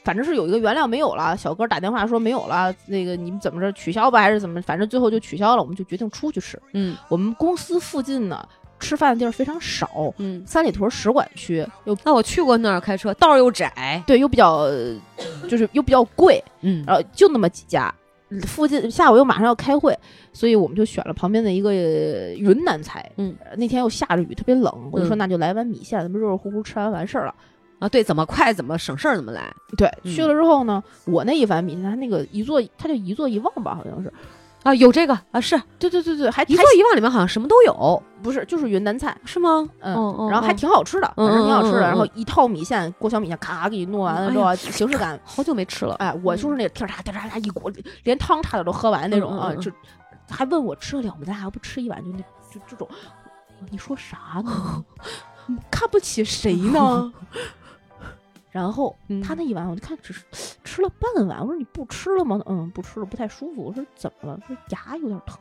反正是有一个原料没有了，小哥打电话说没有了，那个你们怎么着取消吧，还是怎么？反正最后就取消了，我们就决定出去吃。嗯我们公司附近呢，吃饭的地儿非常少，嗯。三里屯使馆区又那我去过那儿开车，道儿又窄，对又比较，呃就是又比较贵，嗯然后就那么几家，嗯附近下午又马上要开会，所以我们就选了旁边的一个呃云南菜。嗯呃，那天又下着雨，特别冷，我就说嗯那就来碗米线，咱们热热乎乎吃完完事儿了。啊，对，怎么快怎么省事儿怎么来，对，嗯去了之后呢，我那一碗米线，它那个一做，它就一做一忘吧，好像是。啊，有这个啊，是对对对对，还一还做一忘里面好像什么都有，不是就是云南菜，是吗？嗯哦哦然后还哦挺好吃的，反正挺好吃的。嗯嗯嗯嗯哎然后一套米线，锅小米线，咔给你弄完了之后啊，形式感好久没吃了，哎，我就是那跳嚓跳嚓嚓一锅，连汤差点都喝完那种啊嗯嗯嗯，嗯就还问我吃得了吗？咱俩要不吃一碗就那就这种，你说啥 呢？看不起谁呢？ 然后嗯他那一碗，我就看只是吃了半碗，我说你不吃了吗？嗯，不吃了，不太舒服。我说怎么了？他说牙有点疼。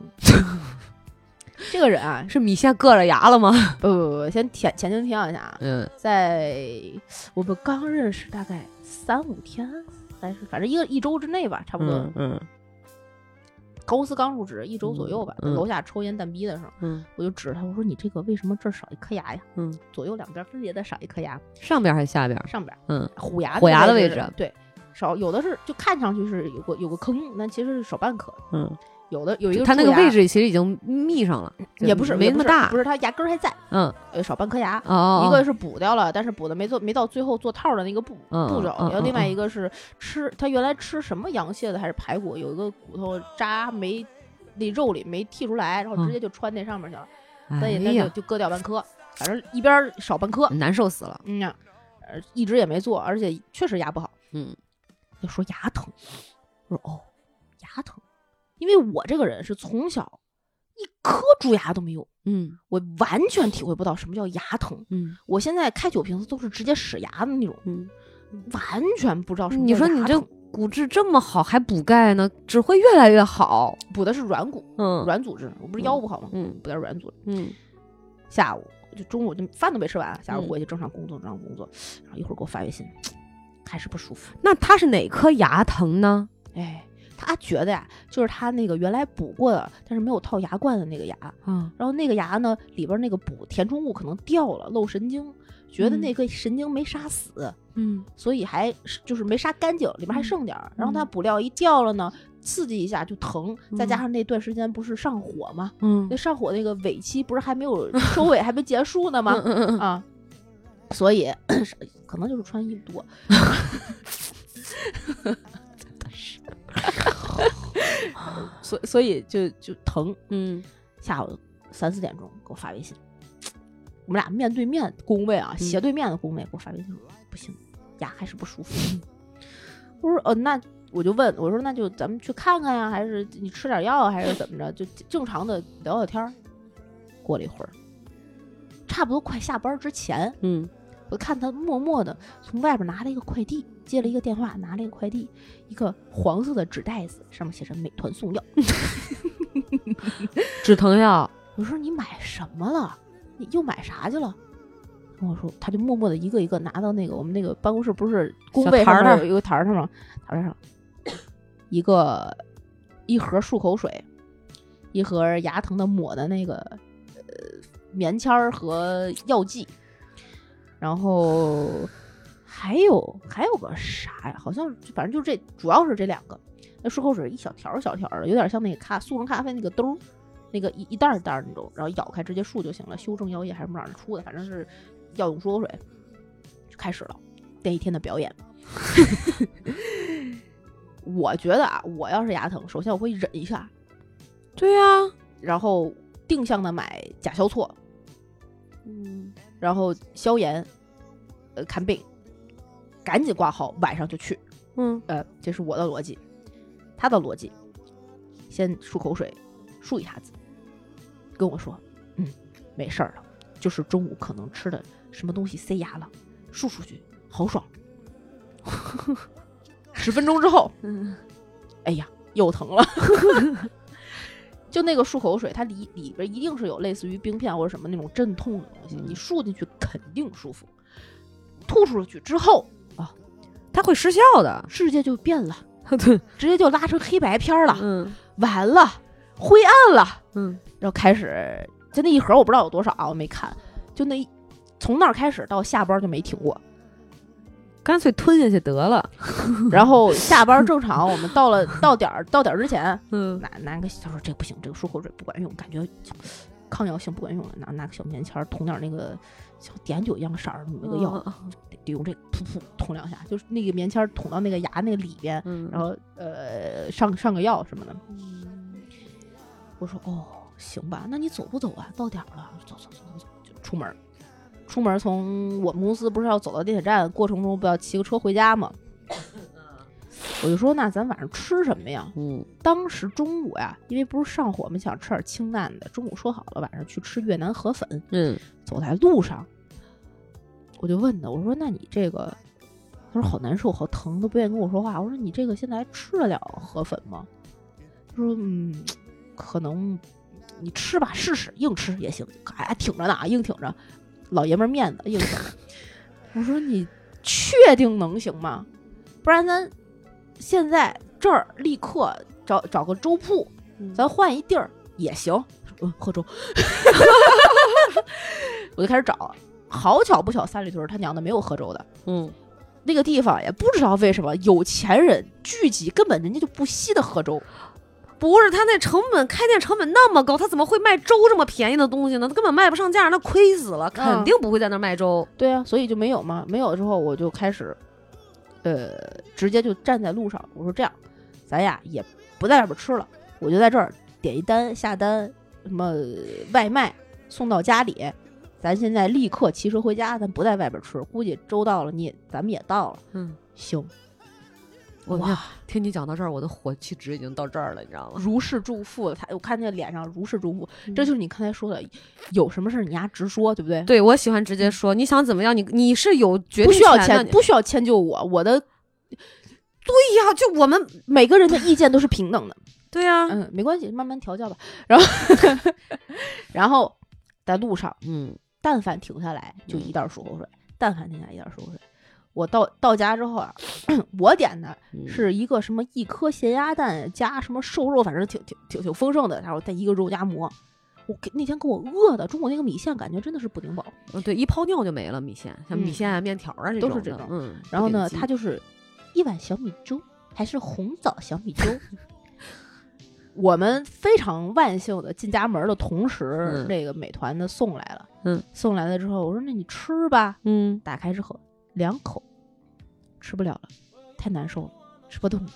这个人啊，是米线硌着牙了吗？不不不，先前前情提要一下啊，嗯在我们刚认识大概三五天，还是反正一个一周之内吧，差不多。嗯公司刚入职一周左右吧，嗯嗯楼下抽烟蛋逼的时候，嗯我就指着他，我说：“你这个为什么这儿少一颗牙呀？嗯，左右两边分别的少一颗牙，上边还是下边？上边嗯虎牙虎牙的位位置对，少有的是就看上去是有个有个坑，但其实是少半颗，嗯，有的有一个它那个蛀牙位置其实已经密上了，也不是没也不那么是大不，是它牙根儿还在，嗯呃，少半颗牙。哦哦，一个是补掉了，但是补的没做没到最后做套的那个步嗯步骤，嗯嗯然后另外嗯一个是吃他原来吃什么羊蟹的还是排骨，有一个骨头渣没那肉里没剔出来，然后直嗯接就穿那上面去了。哎所以那就呀，就割掉半颗，反正一边儿少半颗，难受死了，嗯呀，呃，一直也没做，而且确实牙不好，嗯，就说牙疼，我说哦，牙疼，因为我这个人是从小一颗蛀牙都没有，嗯我完全体会不到什么叫牙疼，嗯我现在开酒瓶子都是直接使牙的那种，嗯，完全不知道什么你叫牙说疼。你这骨质这么好，还补钙呢，只会越来越好，补的是软骨、嗯软组织，我不是腰不好吗？嗯补点软组织。嗯下午就中午就饭都没吃完，下午嗯回去正常工作，正常工作，然后一会儿给我发微信，还是不舒服。那它是哪颗牙疼呢？哎，他觉得呀，就是他那个原来补过的，但是没有套牙冠的那个牙，啊，然后那个牙呢里边那个补填充物可能掉了，漏神经，觉得嗯那个神经没杀死，嗯所以还是就是没杀干净，里面还嗯剩点儿。然后嗯他补料一掉了呢，刺激一下就疼，再加嗯上那段时间不是上火嘛，嗯那上火那个尾期不是还没有收尾，还没结束呢吗？嗯嗯，啊，所以 可能就是穿衣服多，所所以就就疼。嗯下午三四点钟给我发微信，我们俩面对面工位啊，斜对面的工位给我发微信，不行，牙还是不舒服。我说呃，那我就问我说那就咱们去看看呀、还是你吃点药啊还是怎么着？就正常的聊聊天儿。过了一会儿，差不多快下班之前，嗯我看他默默的从外边拿了一个快递，接了一个电话，拿了一个快递，一个黄色的纸袋子，上面写着“美团送药止疼药，”。我说你买什么了？你又买啥去了？跟我说，他就默默的一个一个拿到那个我们那个办公室不是工位小台上儿面那有儿一个台儿上面，台儿上一个一盒漱口水，一盒牙疼的抹的那个呃棉签儿和药剂，然后还有还有个啥呀？好像就反正就这，主要是这两个。那漱口水一小条儿一小条儿的，有点像那个咖速溶咖啡那个兜儿，那个一一袋儿一袋儿那种，然后咬开直接漱就行了。修正药液还是哪儿出的，反正是药用漱口水。就开始了那一天的表演。 我觉得啊，我要是牙疼，首先我会忍一下，对呀、然后定向的买甲硝唑，嗯，然后消炎，呃，看病，赶紧挂号，晚上就去。嗯，呃，这是我的逻辑，他的逻辑，先漱口水，漱一下子，跟我说，嗯，没事儿了，就是中午可能吃的什么东西塞牙了，漱出去，好爽。十分钟之后，嗯，哎呀，又疼了。 就那个漱口水，它里里边一定是有类似于冰片或者什么那种镇痛的东西，嗯你漱进去肯定舒服，吐出去之后，它会失效 的。世界就变了，对，直接就拉成黑白片儿了，嗯完了，灰暗了，嗯，然后开始就那一盒我不知道有多少啊，我没看，就那一从那儿开始到下班就没停过，干脆吞下去得了。然后下班正常，我们到了到点儿到点儿之前，嗯拿拿个他说这不行，这个漱口水不管用，感觉抗药性不管用了，拿拿个小棉签儿捅点儿那个像碘酒一样色儿抹那个药，嗯得得用这个噗噗捅两下，就是那个棉签儿捅到那个牙那个里边，嗯，然后呃上上个药什么的。嗯我说哦，行吧，那你走不走啊？到点儿了，走走走走走，就出门儿。出门儿从我们公司不是要走到地铁站，过程中不要骑个车回家吗？我就说那咱晚上吃什么呀？嗯，当时中午呀、因为不是上火嘛，想吃点清淡的。中午说好了晚上去吃越南河粉。嗯，走在路上，我就问他，我说：“那你这个？”他说：“好难受，好疼，都不愿意跟我说话。”我说：“你这个现在还吃得了河粉吗？”他说：“嗯，可能你吃吧，试试，硬吃也行。哎，挺着呢，啊，硬挺着，老爷们儿面子，硬挺着。”我说：“你确定能行吗？不然咱现在这儿立刻找找个粥铺，咱换一地儿也行。”他说嗯，喝粥。 我就开始找，好巧不巧，三里屯儿他娘的没有喝粥的，嗯，那个地方也不知道为什么有钱人聚集，根本人家就不稀的喝粥。不是，他那成本开店成本那么高，他怎么会卖粥这么便宜的东西呢？他根本卖不上价，那亏死了，肯定不会在那儿卖粥。对啊，所以就没有嘛，没有之后我就开始，呃，直接就站在路上，我说这样，咱呀也不在外边吃了，我就在这儿点一单下单，什么外卖送到家里，咱现在立刻骑车回家，咱不在外边吃，估计粥到了你也咱们也到了，嗯，行，我哇天，听你讲到这儿，我的火气值已经到这儿了，你知道吗？如释重负了。他我看那脸上如释重负，嗯这就是你刚才说的，有什么事儿你丫直说，对不对？对，我喜欢直接说，你想怎么样？你你是有决定不需要权的迁，不需要迁就我，我的对呀，就我们每个人的意见都是平等的。对啊呀，嗯，没关系，慢慢调教吧。然后， 然后在路上，嗯但凡停下来就一袋儿漱口水，但凡停下来一袋儿漱口水。我到到家之后啊， 我点的嗯是一个什么一颗咸鸭蛋加什么瘦肉，反正挺挺挺挺丰盛的，然后再一个肉夹馍。我给那天给我饿的，中午那个米线感觉真的是不顶饱。嗯，对，一泡尿就没了，米线，像米嗯线啊、面条啊这都种是这的种嗯，然后呢，不顶级它就是一碗小米粥，还是红枣小米粥。 我们非常万幸的进家门的同时，嗯这个美团的送来了。嗯，送来了之后，我说那你吃吧。嗯打开之后，两口吃不了了，太难受了，吃不动了。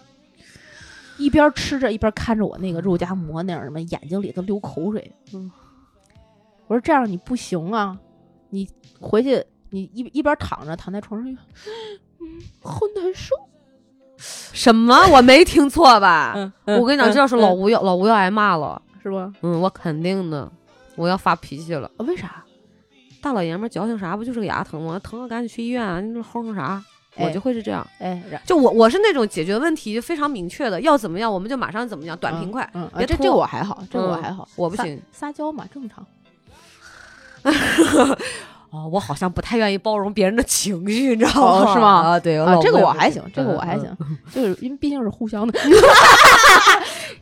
一边吃着一边看着我那个肉夹馍那样什么，眼睛里都流口水。嗯，我说这样你不行啊，你回去你一一边躺着躺在床上，嗯，好难受。什么？我没听错吧？啊我跟你讲，这要是老嗯吴要、老吴要挨骂了，是吧？嗯，我肯定的，我要发脾气了。啊为啥？大老爷们儿矫情啥？不就是个牙疼吗？疼了赶紧去医院啊！你这齁成啥？哎我就会是这样，哎，然就我我是那种解决问题非常明确的，要怎么样我们就马上怎么样，短平快。嗯，啊别这拖这个我还好，这个我还好，我不撒行，撒娇嘛，正常。哦，我好像不太愿意包容别人的情绪，你知道哦吗？是吗啊，对啊，这个我还行，行，这个我还嗯行， 就是因为毕竟是互相的， 嗯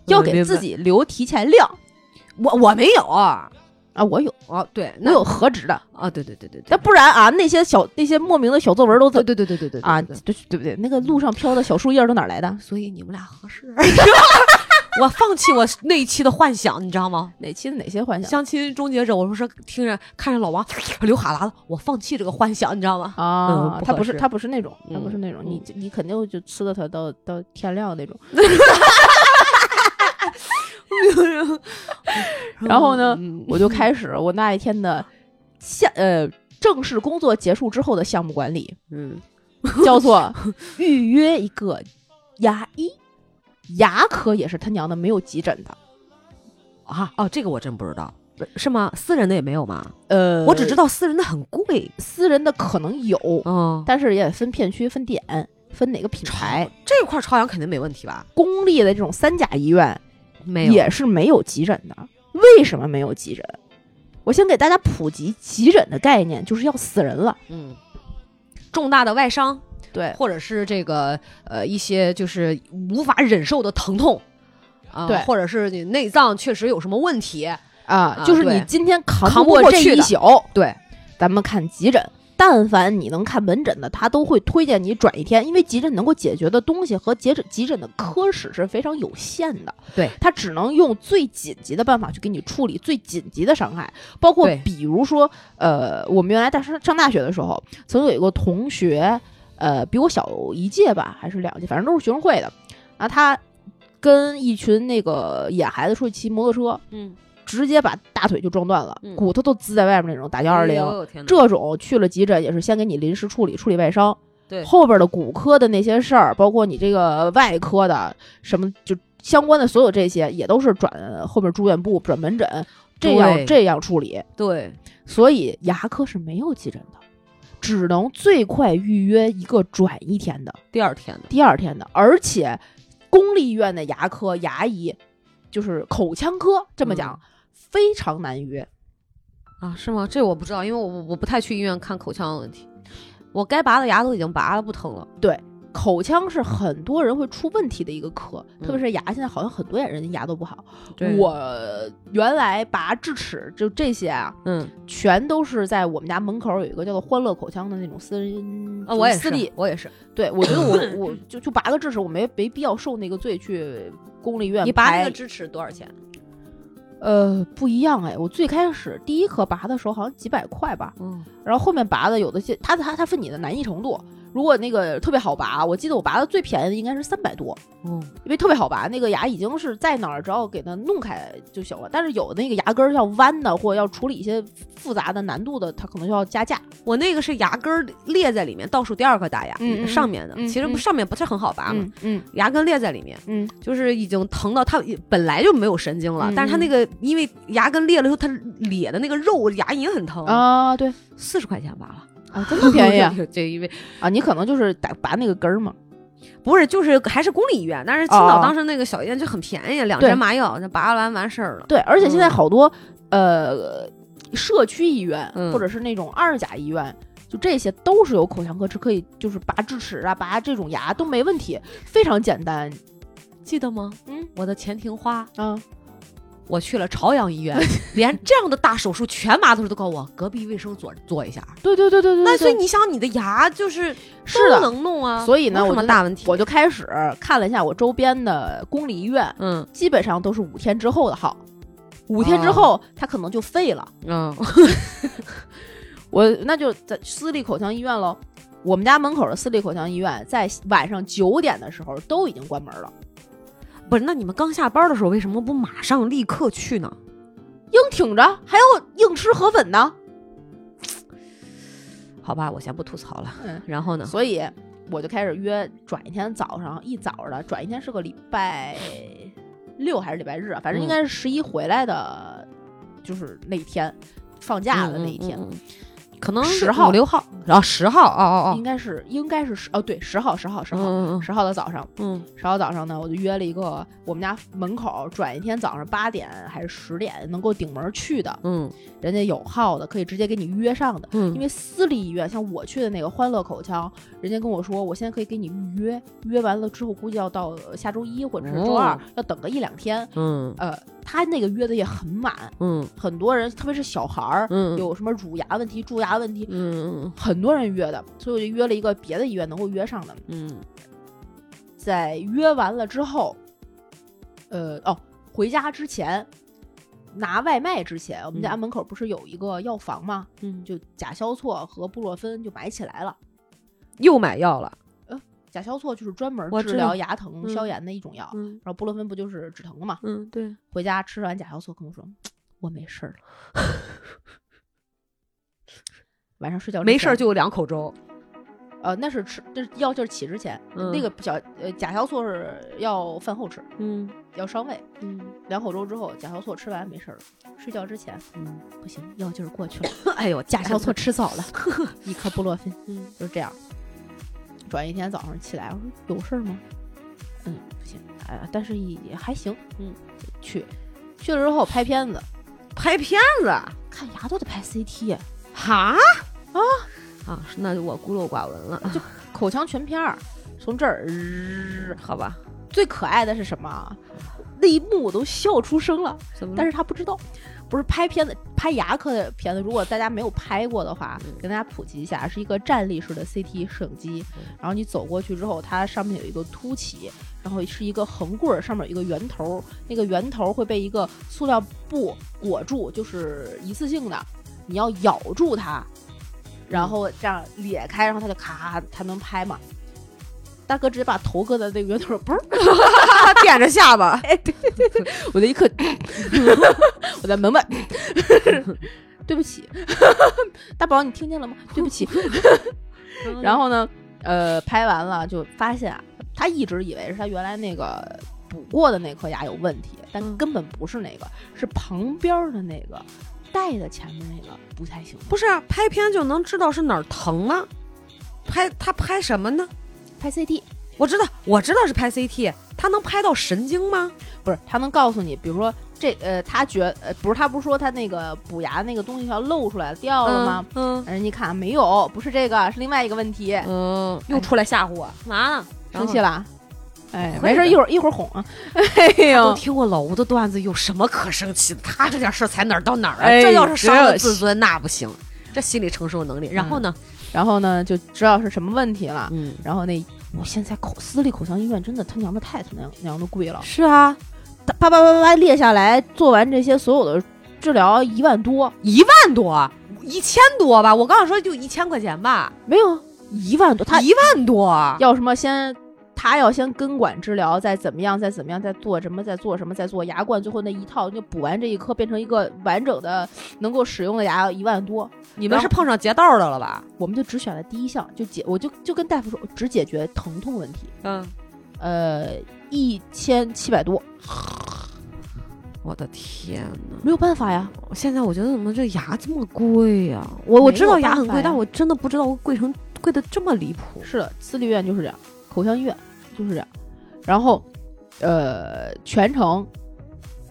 要给自己留提前量我我没有啊，啊。我有，哦对，我那有何止的，啊，对对对对对那，不然啊，那些小那些莫名的小作文都怎对对对对对对啊？对对对对不对？那个路上飘的小树叶都哪儿来的？所以你们俩合适。 我放弃我那一期的幻想，你知道吗？哪期的哪些幻想相亲终结者，我说是听着看着老王 流哈喇子，我放弃这个幻想，你知道吗？ 啊嗯？不他合不是适他不是那种，他不嗯是那种，你你肯定就吃的它到到天亮 那种。然后呢嗯，我就开始我那一天的项呃正式工作结束之后的项目管理，嗯， 叫做预约一个牙医，牙科也是他娘的没有急诊的。啊哦，这个我真不知道，呃是吗？私人的也没有吗？呃，我只知道私人的很贵，私人的可能有，嗯，但是也分片区、分点、分哪个品牌。这块朝阳肯定没问题吧？公立的这种三甲医院没有，也是没有急诊的。为什么没有急诊？我先给大家普及急诊的概念，就是要死人了。嗯，重大的外伤对或者是这个呃一些就是无法忍受的疼痛。啊、对或者是你内脏确实有什么问题，啊，啊就是你对今天扛扛不过过这去一的宿，对，咱们看急诊。但凡你能看门诊的，他都会推荐你转一天，因为急诊能够解决的东西和急诊急诊的科室是非常有限的。对，他只能用最紧急的办法去给你处理最紧急的伤害，包括对比如说，呃，我们原来大上上大学的时候，曾经有一个同学，呃，比我小一届吧，还是两届，反正都是学生会的。然后他跟一群那个野孩子出去骑摩托车，嗯，直接把大腿就撞断了，嗯哎骨头都滋在外面那种，打幺二零。这种去了急诊也是先给你临时处理处理外伤，对后边的骨科的那些事儿，包括你这个外科的什么就相关的所有这些，也都是转后边住院部转门诊，这样对这样处理。对，所以牙科是没有急诊的，只能最快预约一个转一天的、第二天的，第二天的，而且公立医院的牙科牙医就是口腔科，这么讲、嗯非常难约。啊，是吗？这我不知道，因为我我我不太去医院看口腔的问题，我该拔的牙都已经拔了，不疼了。口腔是很多人会出问题的一个科，嗯特别是牙，现在好像很多人牙都不好。对我原来拔智齿就这些啊，嗯，全都是在我们家门口有一个叫做“欢乐口腔”的那种私人啊，我也私立是，。我也是，对，我觉得我我就就拔个智齿，我没没必要受那个罪去公立医院你拔排那个智齿多少钱？呃不一样哎，我最开始第一颗拔的时候好像几百块吧，嗯，然后后面拔的有的些，它它它分你的难易程度。如果那个特别好拔，我记得我拔的最便宜的应该是三百多，哦，因为特别好拔，那个牙已经是在哪儿，只要给它弄开就行了。但是有的那个牙根儿要弯的，或者要处理一些复杂的难度的，它可能就要加价。我那个是牙根儿裂在里面，倒数第二颗大牙、嗯嗯嗯上面的，嗯其实不嗯上面不是很好拔嘛，嗯嗯牙根裂在里面，嗯，就是已经疼到它本来就没有神经了，嗯但是它那个因为牙根裂了之后，它咧的那个肉牙龈很疼，啊，对四十块钱拔 了，啊，这么便宜 啊！对，因为啊你可能就是打拔那个根儿嘛。不是就是还是公立医院，但是青哦岛当时那个小医院就很便宜，两对针麻药就拔完完事儿了。对，而且现在嗯好多、呃社区医院、嗯或者是那种二甲医院。就这些都是有口腔科是可以，就是拔智齿啊、拔这种牙都没问题，非常简单。记得吗？嗯我的前庭花，啊，我去了朝阳医 院，连这样的大手术全麻的时候都告诉我隔壁卫生所做一下。对对对对对那对所以对你想，你的牙就是是的都能弄啊，所以呢没什我么就大问题？我就开始看了一下我周边的公立医院，嗯基本上都是五天之后的号，五天啊之后他可能就废了。嗯，我那就在私立口腔医院喽。我们家门口的私立口腔医院在晚上九点的时候都已经关门了。 不是，那你们刚下班的时候为什么不马上立刻去呢？硬挺着，还要硬吃河粉呢。好吧，我先不吐槽了。嗯然后呢？所以我就开始约转一天早上一早的，转一天是个礼拜六还是礼拜日啊？反正嗯应该是十一回来的，就是那一天放假的那一天。嗯嗯嗯嗯可能10号五六号，然后十号，哦应哦该是应该是十哦，对，十号，十号，十哦，号，嗯十号的早上，嗯十号早上呢，我就约了一个我们家门口转一天早上八点还是十点能够顶门去的，嗯人家有号的可以直接给你约上的。因嗯为私立医院，像我去的那个欢乐口腔，人家跟我说，我现在可以给你预约，约完了之后估计要到呃下周一或者是周二，哦要等个一两天。嗯呃，他那个约的也很满，嗯很多人，特别是小孩儿，嗯，有什么乳牙问题、蛀牙问题，嗯很多人约的，所以我就约了一个别的医院能够约上的。嗯在约完了之后，呃，哦，回家之前拿外卖之前，我们家嗯门口不是有一个药房吗？嗯，就甲硝唑和布洛芬就买起来了。又买药了，甲硝唑就是专门我治知道疗牙疼、嗯消炎的一种药，嗯然后布洛芬不就是止疼的嘛？嗯，对，回家吃完甲硝唑，跟我说我没事儿了。晚上睡觉之没事儿前就有两口粥，呃，那是吃，那是药劲儿起之前，嗯那个小呃甲硝唑是要饭后吃，嗯要伤胃。嗯，两口粥之后，甲硝唑吃完没事儿了，睡觉之前，嗯，不行，药劲儿过去了， 哎呦，甲甲硝硝唑 唑，吃早了，一颗布洛芬，嗯就这样。转一天早上起来，我说有事儿吗？嗯，不行，哎、呀，但是也还行，嗯，去，去了之后拍片子，拍片子，看牙都得拍 CT，哈啊啊，那就我孤陋寡闻了，口腔全片儿，从这儿、呃好吧，最可爱的是什么啊？那一幕我都笑出声了，怎么但但是是他不知道，不是拍片子，拍牙科的片子。如果大家没有拍过的话，嗯跟大家普及一下，是一个站立式的 CT 摄影机嗯，然后你走过去之后，它上面有一个凸起，然后是一个横棍儿，上面有一个圆头儿，那个圆头儿会被一个塑料布裹住，就是一次性的，你要咬住它，嗯然后这样裂开，然后它就咔才能拍嘛。大哥直接把头搁在那个圆头儿，嘣儿他点着下巴，我的一刻， 我在门外， 对不起， 大宝，你听见了 吗？对不起。然然后后呢，呃，拍完了就发现啊，他一直以为是他原来那个补过的那颗牙有问题，但嗯根本不是那个，是旁边儿的那个带的前面那个不太行。不是啊拍片就能知道是哪儿疼吗？拍他拍什么呢？拍 CT 我知道，我知道是拍 CT，他能拍到神经吗？不是他能告诉你，比如说这呃，他觉呃不是他不是说他那个补牙那个东西要露出来了掉了吗？嗯人家一看啊没有，不是这个，是另外一个问题。嗯，又出来吓唬我，嘛呢？哎生气了？了？哎，会没事，的一会儿一会儿哄啊。 哎都呦，听过老吴的段子，有什么可生气的？他这点事儿才哪儿到哪儿啊？哎这要是伤了这自尊，那不行，这心理承受能嗯力。然后呢？然后呢，就知道是什么问题了。嗯，然后那我现在口私立口腔医院真的他娘的太他娘娘的贵了，是啊，叭叭叭叭叭列下来，做完这些所有的治疗一万多，一万多，一千多吧？我刚想说就一千块钱吧，没有啊一万多，他一万多，要什么先。他要先根管治疗，再怎么样，再怎么样，再做什么，再做什么，再做牙冠，最后那一套就补完这一颗，变成一个完整的能够使用的牙，一万多。你们是碰上劫道的了吧？我们就只选了第一项，就解，我就就跟大夫说，我只解决疼痛问题。嗯，呃，一千七百多，我的天呐，没有办法呀。现在我觉得怎么这牙这么贵呀、我我知道牙很没有办法呀贵，但我真的不知道我贵成贵的这么离谱。是的，私立医院就是这样，口腔医院就是这样。然后，呃，全程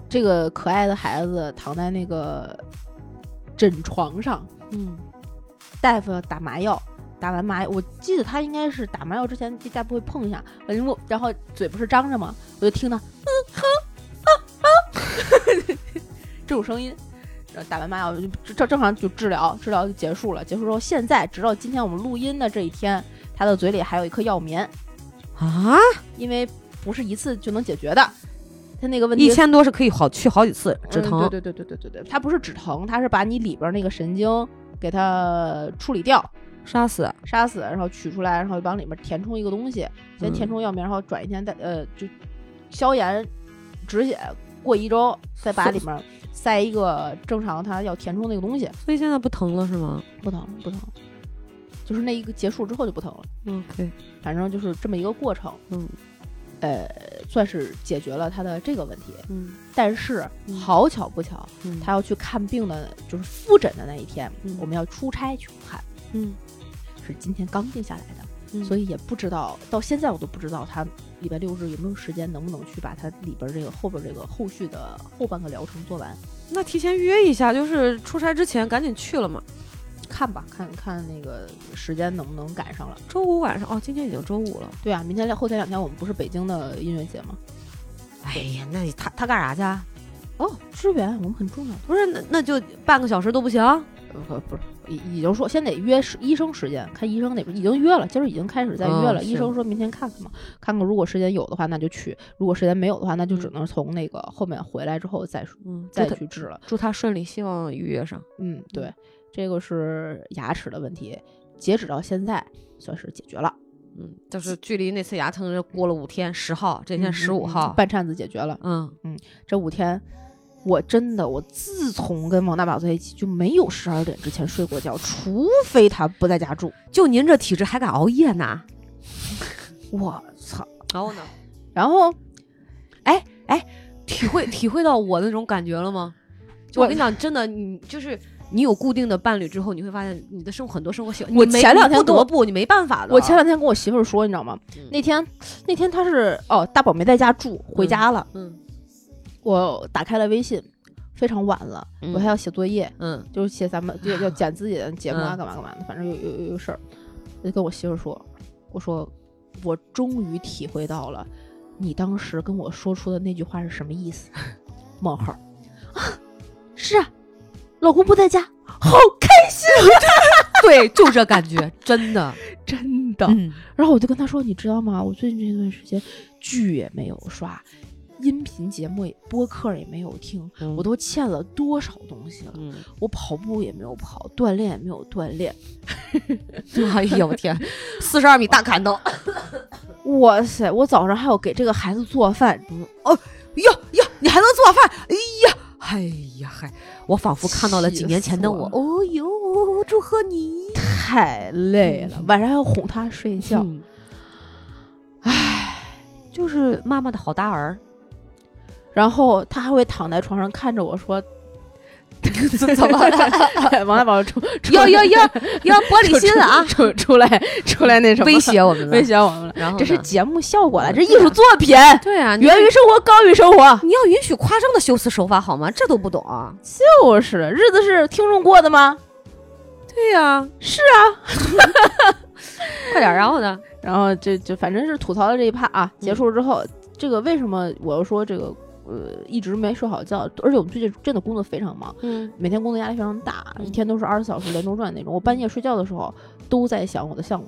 这个可爱的孩子躺在那个诊床上，嗯大夫要打麻药，打完麻药，我记得他应该是打麻药之前，大夫会碰一下，然后然后嘴不是张着吗？我就听到，嗯哼，啊啊， 这种声音。然后打完麻药就正正常就治疗，治疗就结束了。结束之后，现在直到今天我们录音的这一天，他的嘴里还有一颗药棉，啊，因为不是一次就能解决的。他那个问题一千多是可以好去好几次止疼。嗯对对对对对对对，它不是止疼，它是把你里边那个神经给它处理掉，杀死。杀死，然后取出来，然后往里面填充一个东西，先嗯填充药棉，然后转一天再呃就消炎止血，过一周再把里面塞一个正常它要填充那个东西，所以现在不疼了是吗不疼不疼，就是那一个结束之后就不疼了， ？OK，反正就是这么一个过程。嗯，呃，算是解决了他的这个问题。嗯但是嗯好巧不巧，嗯他要去看病的，就是复诊的那一天，嗯我们要出差去武汉，嗯是今天刚定下来的，嗯所以也不知道到现在我都不知道他礼拜六日有没有时间，能不能去把他里边这个后边这个后续的后半个疗程做完。那提前约一下，就是出差之前赶紧去了嘛。看吧，看看那个时间能不能赶上了。周五晚上哦，今天已经周五了，对啊，明天两后天两天我们不是北京的音乐节吗？哎呀，那你他他干啥去啊？哦，支援我们很重要的。不是，那那就半个小时都不行？呃不不是，已已经说先得约时医生时间，看医生那边已经约了，今儿已经开始在约哦了。医是生说明天看看嘛，看看如果时间有的话那就去，如果时间没有的话那就只嗯能从那个后面回来之后再说嗯，再祝他去治了。祝他顺利，希望预约上。嗯，对，这个是牙齿的问题，截止到现在算是解决了，嗯，就是距离那次牙疼是过了五天，十号，这天嗯十五嗯嗯号，半扇子解决了。嗯，这五天，我真的我自从跟王大宝在一起就没有十二点之前睡过觉，除非他不在家住。就您这体质还敢熬夜呢？我操！然后呢？然后 体会体会到我那种感觉了吗？就我我跟你讲，真的，你就是你有固定的伴侣之后，你会发现你的生活很多生活习惯，我你没前两天你不跟我得不，你没办法的。我前两天跟我媳妇儿说，你知道吗？嗯那天那天她是哦，大宝没在家住，回家了。嗯我打开了微信，非常晚了，嗯我还要写作业，嗯就是写咱 们要要剪自己的节目啊，嗯干嘛干嘛的，反正有有有有事儿，我就跟我媳妇儿说，我说我终于体会到了你当时跟我说出的那句话是什么意思，冒号啊，是啊，老公不在家，好开心，对，就这感觉，真的， 真的。嗯，然后我就跟他说，你知道吗？我最近这段时间剧也没有刷。音频节目也、播客也没有听，我都欠了多少东西了？嗯，我跑步也没有跑，锻炼也没有锻炼，哎呀，我 天，四十二米大砍头，哇塞！我早上还要给这个孩子做饭，哟哟，你还能做饭？哎呀，哎呀嗨，我仿佛看到了几年前的我气。死哦呦，祝 贺你！太累了，晚上还要哄他睡觉。嗯，唉，就是妈妈的好 大儿，然后他还会躺在床上看着我说怎么 了？：“王大宝出出哟哟哟哟，玻璃心了 啊！出出出来出来那什么威胁我们了，威胁我们了。然后这是呢节目效果了，嗯这艺术作品对啊，你源于生活，高于生活，你要允许夸张的修辞手法好吗？这都不懂啊？就是日子是听众过的吗？对呀、是啊， 快点儿，然后呢？然后就就反正是吐槽了这一趴啊，结束之后，这个为什么我要说这个呃一直没睡好觉，而且我们最近真的工作非常忙。”嗯，每天工作压力非常大，嗯一天都是二十小时连轴转那种。我半夜睡觉的时候都在想我的项目，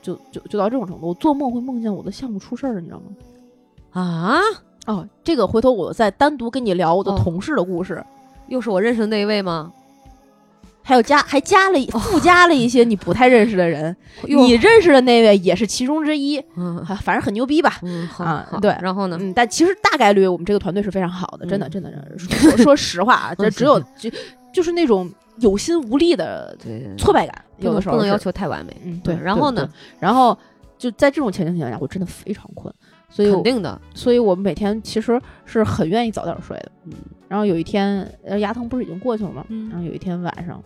就就就到这种程度。我做梦会梦见我的项目出事儿，你知道吗？啊，哦，这个回头我再单独跟你聊我的哦同事的故事，又是我认识的那一位吗？还有加还加了一附加了一些你不太认识的 人，哟你认识的那位也是其中之一，嗯啊反正很牛逼吧。嗯，好，啊好对然后呢？嗯，但其实大概率我们这个团队是非常好的，真的，嗯真的，真的说说实话 啊，这只有就就是那种有心无力的对，挫败感，不有能的时不候能是要求太完美。嗯，对。然对后呢？对然后就在这种前提下，我真的非常困，所以肯我定的，所以我每天其实是很愿意早点睡的。嗯然后有一天，呃，牙疼不是已经过去了吗？嗯然后有一天晚上，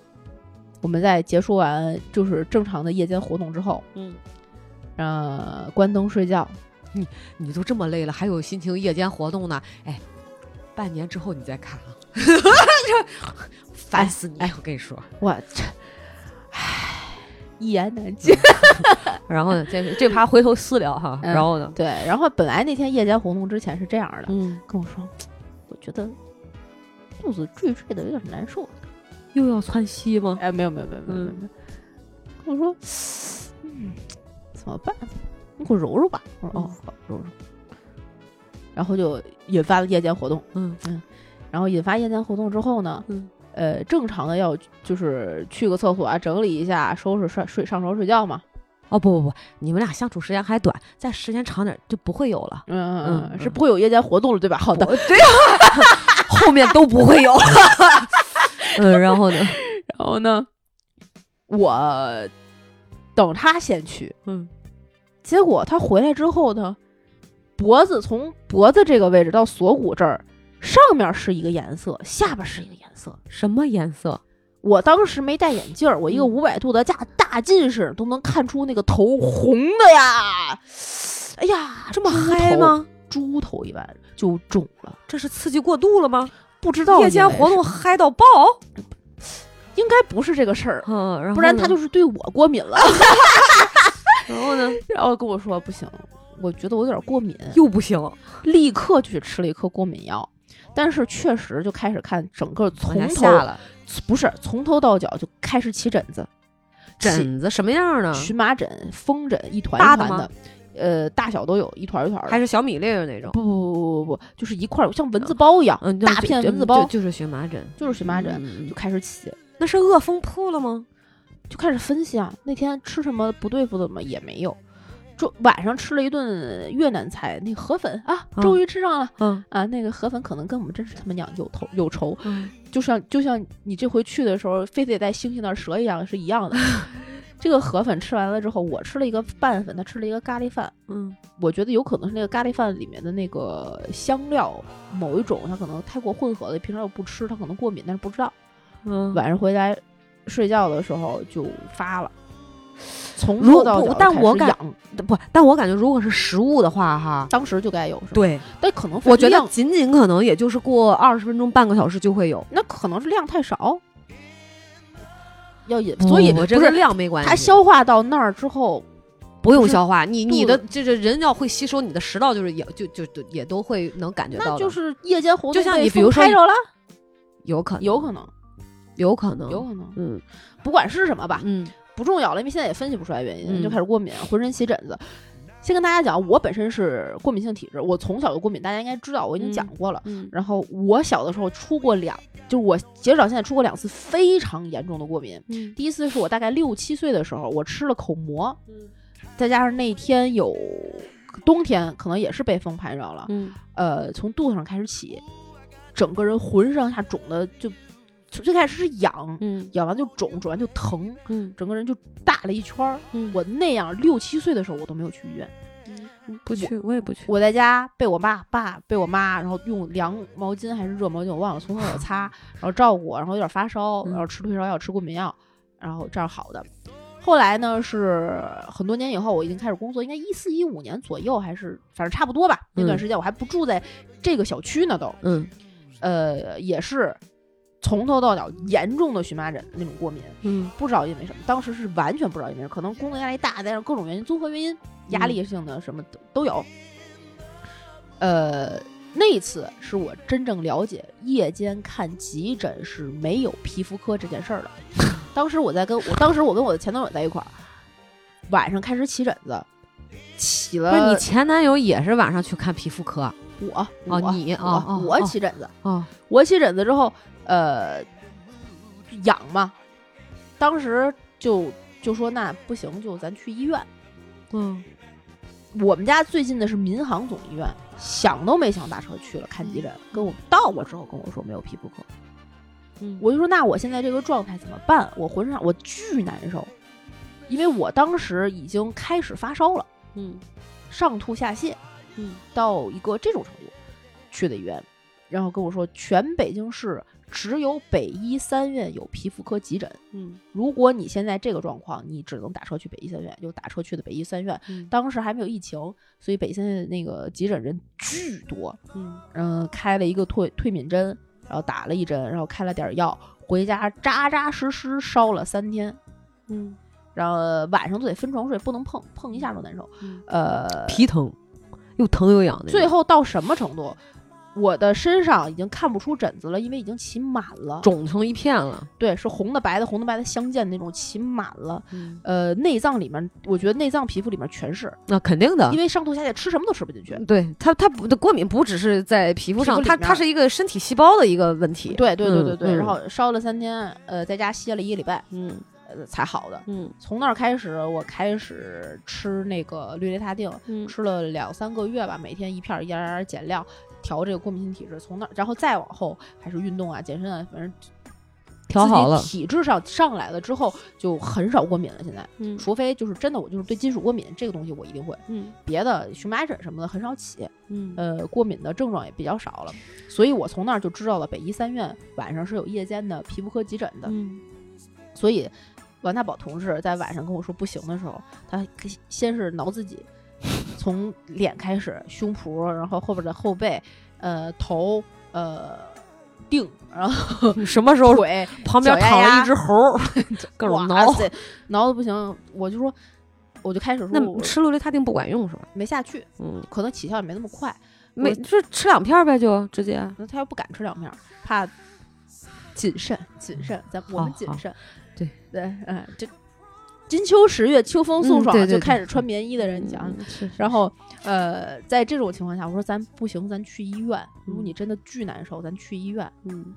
我们在结束完就是正常的夜间活动之后，嗯，呃，关灯睡觉，你都这么累了，还有心情夜间活动呢？哎，半年之后你再看啊， 烦死你！哎我跟你说，我这，唉，一言难尽。嗯然后呢，这这趴回头私聊哈，哎嗯然后呢？对，然后本来那天夜间活动之前是这样的，嗯，跟我说，我觉得肚子坠坠的有点难受，又要窜稀吗？哎，没有没有没有没有没嗯有。没有我说，嗯，怎么办？你给我揉揉吧。我说哦，嗯好，揉揉。然后就引发了夜间活动，嗯然后引发夜间活动之后呢，嗯呃，正常的要就是去个厕所啊，整理一下，收拾睡睡上床睡觉嘛。，哦不不不，你们俩相处时间还短，再时间长点就不会有了嗯嗯是不会有夜间活动了，对吧？好的。 后面都不会 有了。嗯，然后呢？然后呢，我等他先去，嗯，结果他回来之后呢，脖子从脖子这个位置到锁骨这儿，上面是一个颜色，下巴是一个颜色。什么颜色？我当时没戴眼镜儿，我一个嗯五百度的大大近视都能看出那个头红的呀！哎呀，这么猪嗨头？吗？猪头一般就肿了，这是刺激过度了吗？不知道夜间因为活是动嗨到爆，应该不是这个事儿，嗯，然后不然呢他就是对我过敏了。然后呢？ 然后跟我说不行，我觉得我有点过敏，又不行。立刻去吃了一颗过敏药。但是确实就开始看整个从从头下了不是从头到脚就开始起疹子，疹子什么样呢起、？荨麻疹、风疹一团大一的团吗的，呃，大小都有，一团一团的。还是小米粒儿那种？不不不不不，就是一块儿像蚊子包一样，嗯，大片蚊子包就就是荨麻疹，就是荨麻疹，嗯就开始起，那是恶风扑了吗？就开始分析啊，那天吃什么不对付的吗？也没有。中晚上吃了一顿越南菜，那个河粉啊，嗯终于吃上了、嗯啊！那个河粉可能跟我们真是他们娘有仇有仇，嗯就像就像你这回去的时候，非得在星星那儿折一样是一样 的。这个河粉吃完了之后，我吃了一个拌粉，他吃了一个咖喱饭，嗯我觉得有可能是那个咖喱饭里面的那个香料某一种，它可能太过混合了，平常又不吃，它可能过敏，但是不知道。嗯。晚上回家睡觉的时候就发了，从如头到不脚就但开我始感痒，不，但我感觉如果是食物的话，哈，当时就该有，是吧？对，但可能我觉得量仅仅可能也就是过二十分钟、半个小时就会有。那可能是量太少，要引，所以哦我这不跟是量没关系，它消化到那儿之后，不用就是消化，你你肚的这这人要会吸收，你的食道就是也就就就也都会能感觉到那的，就是夜间活动就像被你比风如说拍你着了，有可能有可能，有可能有可能，嗯不管是什么吧，嗯不重要了，因为现在也分析不出来原因，嗯就开始过敏，浑身起疹子。先跟大家讲，我本身是过敏性体质，我从小就过敏，大家应该知道，我已经嗯讲过了。嗯然后我小的时候出过两，就是我截止到现在出过两次非常严重的过敏。嗯第一次是我大概六七岁的时候，我吃了口蘑，再加上那天有冬天，可能也是被风拍着了，嗯呃，从肚子上开始起，整个人浑身上下肿的就，从最开始是痒，嗯痒完就肿，肿完就疼，嗯整个人就大了一圈儿。嗯我那样六七岁的时候，我都没有去医院，不去，我也不去。我在家被我爸爸被我妈，然后用凉毛巾还是热毛巾，我忘了，从头到脚擦，然后照顾我，然后有点发烧，嗯然后吃退烧药，吃过敏药，然后这样好的。后来呢，是很多年以后，我已经开始工作，应该一四一五年左右，还是反正差不多吧。那段时间我还不住在这个小区呢，都嗯呃也是从头到脚严重的荨麻疹那种过敏。嗯不知道因为什么，当时是完全不知道因为什么，可能工作压力大，再加上各种原因，综合原因，压力性的什么都都有。呃，那一次是我真正了解夜间看急诊是没有皮肤科这件事儿 的。当时我在跟我当时我跟我的前男友在一块儿，晚上开始起疹子，起不是了你前男友也是晚上去看皮肤科啊我哦我你我哦哦我哦起疹子，哦，我起疹子之后，呃，痒嘛，当时就就说那不行，就咱去医院。嗯我们家最近的是民航总医院，想都没想打车去了看急诊，跟我到过之后跟我说没有皮肤科，嗯我就说那我现在这个状态怎么办？我浑身上我巨难受，因为我当时已经开始发烧了，嗯上吐下泻嗯到一个这种程度，去的医院，然后跟我说全北京市只有北医三院有皮肤科急诊。嗯如果你现在这个状况，你只能打车去北医三院，就打车去的北医三院。嗯当时还没有疫情，所以北医三院那个急诊人巨多，嗯嗯，开了一个退退敏针，然后打了一针，然后开了点药，回家扎扎实实烧了三天，嗯然后晚上都得分床睡，不能碰，碰一下都难受。嗯呃，皮疼，又疼又痒的。最后到什么程度？我的身上已经看不出疹子了，因为已经起满了。肿成一片了。对，是红的、白的，红的、白的相间那种，起满了。嗯，呃，内脏里面，我觉得内脏皮肤里面全是，那肯定的因，为上吐下泻吃什么都吃不进去。对它，它不过敏不只是在皮肤皮上，肤里它面它是一个身体细胞的一个问题。，对对对对嗯对，嗯然后烧了三天，呃，在家歇了一个礼拜，嗯呃，才好的。嗯从那儿开始，我开始吃那个氯雷他定，嗯吃了两三个月吧，每天一片儿，一点儿一点儿减量，调这个过敏性体质。从那儿，然后再往后还是运动啊、健身啊，反正调好了自己体质上上来了之后，就很少过敏了。现在，嗯除非就是真的我就是对金属过敏，这个东西我一定会，嗯别的荨麻疹什么的很少起，嗯呃，过敏的症状也比较少了。所以我从那儿就知道了北医三院晚上是有夜间的皮肤科急诊的，嗯所以王大宝同志在晚上跟我说不行的时候，他先是挠自己，从脸开始，胸脯，然后后边的后背，呃，头，呃，腚，然后嗯什么时 候腿，旁边脚丫躺了丫一只猴 儿，各种挠哇，塞，挠的不行，我就说，我就开始说那我吃氯雷他定不管用是吧？没下去，嗯，可能起效也没那么快，没就吃两片儿呗，就直接。那他又不敢吃两片儿，怕谨慎，谨慎，咱我们谨慎，对对，嗯，这金秋十月，秋风送嗯爽，对就对对开始穿棉衣的人讲。嗯是然后，呃，在这种情况下，我说咱不行，咱去医院。如果嗯你真的巨难受，咱去医院。嗯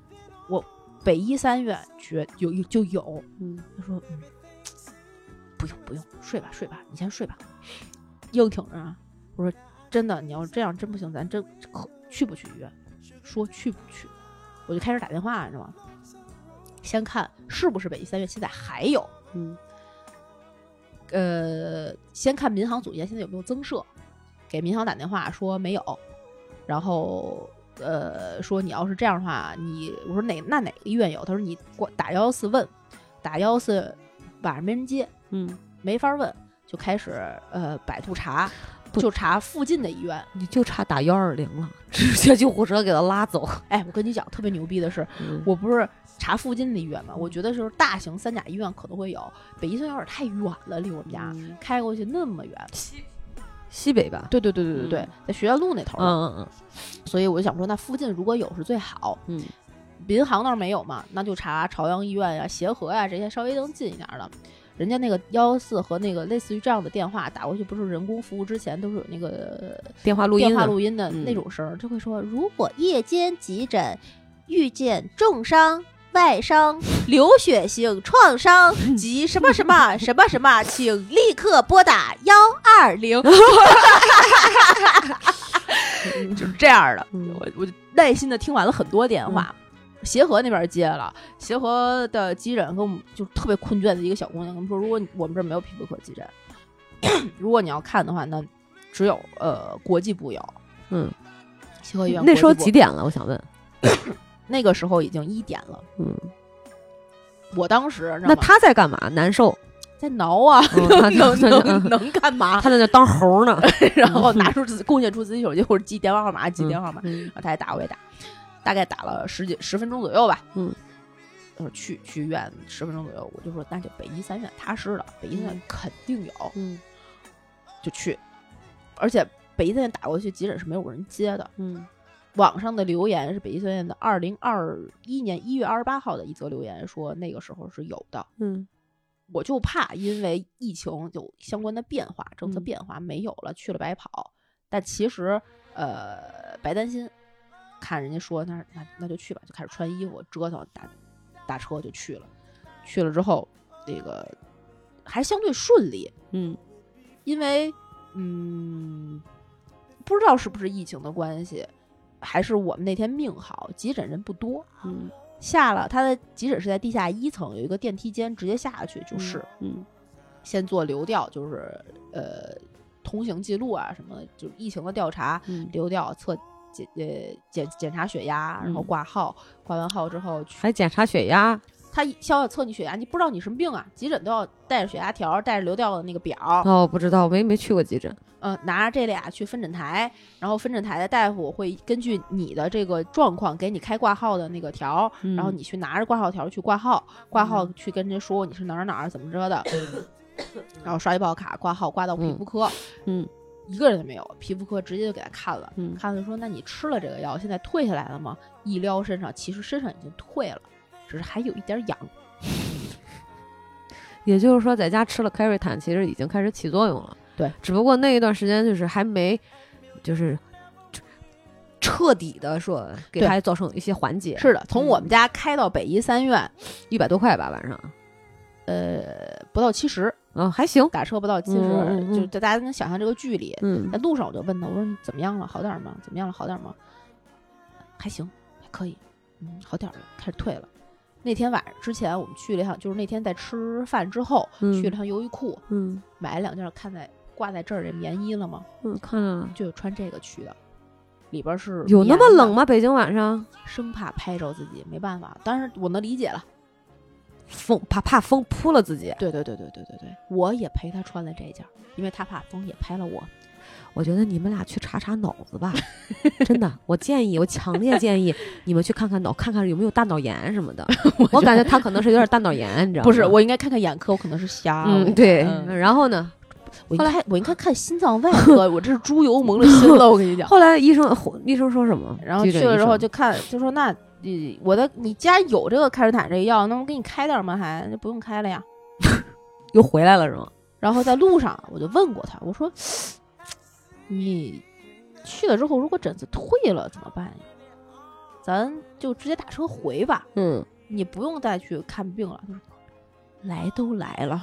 北医三院绝有有就有。嗯他说，嗯，不用不用，睡吧睡吧，你先睡吧，硬挺着啊。我说真的，你要这样真不行，咱真可去不去医院？说去不去？我就开始打电话，你知道吗？先看是不是北医三院现在还有，嗯呃，先看民航总监现在有没有增设，给民航打电话说没有，然后呃说你要是这样的话，你我说哪那哪个医院有？他说你挂打幺幺四问，打幺幺四晚上没人接，嗯，没法问，就开始呃百度查，不就查附近的医院。你就差打幺二零了， 直接救护车给他拉走。哎，我跟你讲，特别牛逼的是，嗯我不是查附近的医院嘛，我觉得就是大型三甲医院可能会有，北医三院有点太远了，离我们家嗯开过去那么远。西北吧？对对对对对对，在学院路那头儿。嗯嗯所以我就想说，那附近如果有是最好。嗯民航那儿没有嘛，那就查朝阳医院呀、协和呀这些稍微能近一点儿的。人家那个幺幺四和那个类似于这样的电话打过去，不是人工服务之前都是有那个嗯，电话录音电呢话录音的嗯那种声儿，就会说如果夜间急诊遇见重伤。外 伤、流血性创伤及什么什么什么什么，请立刻拨打幺二零。就是这样的，嗯我我就耐心的听完了很多电话。协和那边接了，协和的急诊跟我们就是特别困倦的一个小姑娘跟我们说，如果你我们这儿没有皮肤科急诊， 如果你要看的话，那只有呃国际部有，嗯，协和医院那时候国际部几点了？我想问。那个时候已经一点了。嗯，我当时你知道那吗他在干嘛？难受，在挠啊，嗯他 能在能能干嘛？他在那当猴呢。 然后拿出自己贡献出自己手机或者记电话号码，记嗯电话号码，嗯然 后他也打我也打，大概打了十几十分钟左右吧。嗯。呃，去去医院十分钟左右，我就说那就北医三院踏实了，北医三院肯定有，嗯就去。而且北医三院打过去急诊是没有人接的，嗯网上的留言是北医三院的二零二一年一月二十八号的一则留言，说那个时候是有的。嗯我就怕因为疫情有相关的变化，政策嗯变化没有了，去了白跑。但其实呃，白担心。看人家说那那那就去吧，就开始穿衣服折腾，打打车就去了。去了之后，这个还相对顺利，嗯因为嗯，不知道是不是疫情的关系，还是我们那天命好，急诊人不多。嗯下了，他的急诊是在地下一层，有一个电梯间，直接下去就是。嗯先做流调，就是呃通行记录啊什么的，就是疫情的调查、嗯，流调、测检呃检检查血压，然后嗯挂号，挂完号之后去，还检查血压。他一先要测你血压，你不知道你什么病啊，急诊都要带着血压条，带着流调的那个表，哦，不知道，没没去过急诊。嗯、拿着这俩去分诊台，然后分诊台的大夫会根据你的这个状况给你开挂号的那个条，然后嗯你去拿着挂号条去挂号，挂号去跟人家说你是哪儿哪儿怎么着的，然后刷医保卡挂号挂到皮肤科，嗯嗯一个人都没有，皮肤科直接就给他看了，嗯看了说那你吃了这个药现在退下来了吗？一撩身上，其实身上已经退了，只是还有一点痒，也就是说，在家吃了开瑞坦，其实已经开始起作用了。对，只不过那一段时间就是还没，就是彻彻底的说给对他造成一些缓解，是的，从我们家开到北医三院，一百多块吧，晚上。呃，不到七十，嗯，还行。打车不到七十、嗯嗯嗯就是大家能想象这个距离，嗯在路上我就问他，我说你怎么样了？好点儿吗？怎么样了？好点儿吗？还行，还可以，嗯，好点儿了，开始退了。那天晚上之前，我们去了一趟，就是那天在吃饭之后、嗯去了趟优衣库，嗯买了两件看在挂在这儿的棉衣了嘛，嗯，看了啊，就穿这个去的，里边是有那棉么的冷吗？北京晚上？生怕拍着自己，没办法，但是我能理解了。风怕怕风扑了自己。对对对对对对对，我也陪他穿了这件儿，因为他怕风也拍了我。我觉得你们俩去查查脑子吧， 真的，我建议，我强烈 建议你们去看看脑，看看有没有大脑炎什么的。我感觉他可能是有点大脑炎，你知道吗？不是，我应该看看眼科，我可能是瞎了。嗯，对。嗯然后呢，我应后来该我应该看心脏外科，我这是猪油蒙了心了，我跟你 讲。后来医生医生说什么？然后急去诊了之医后生就看，就说那，呃，我的你家有这个开尔坦这个药，那我给你开点儿吗？还那不用开了呀。又回来了，是吗？然后在路上我就问过他，我说你去了之后，如果疹子退了怎么办呀？咱就直接打车回吧，嗯，你不用再去看病了。他说来都来了。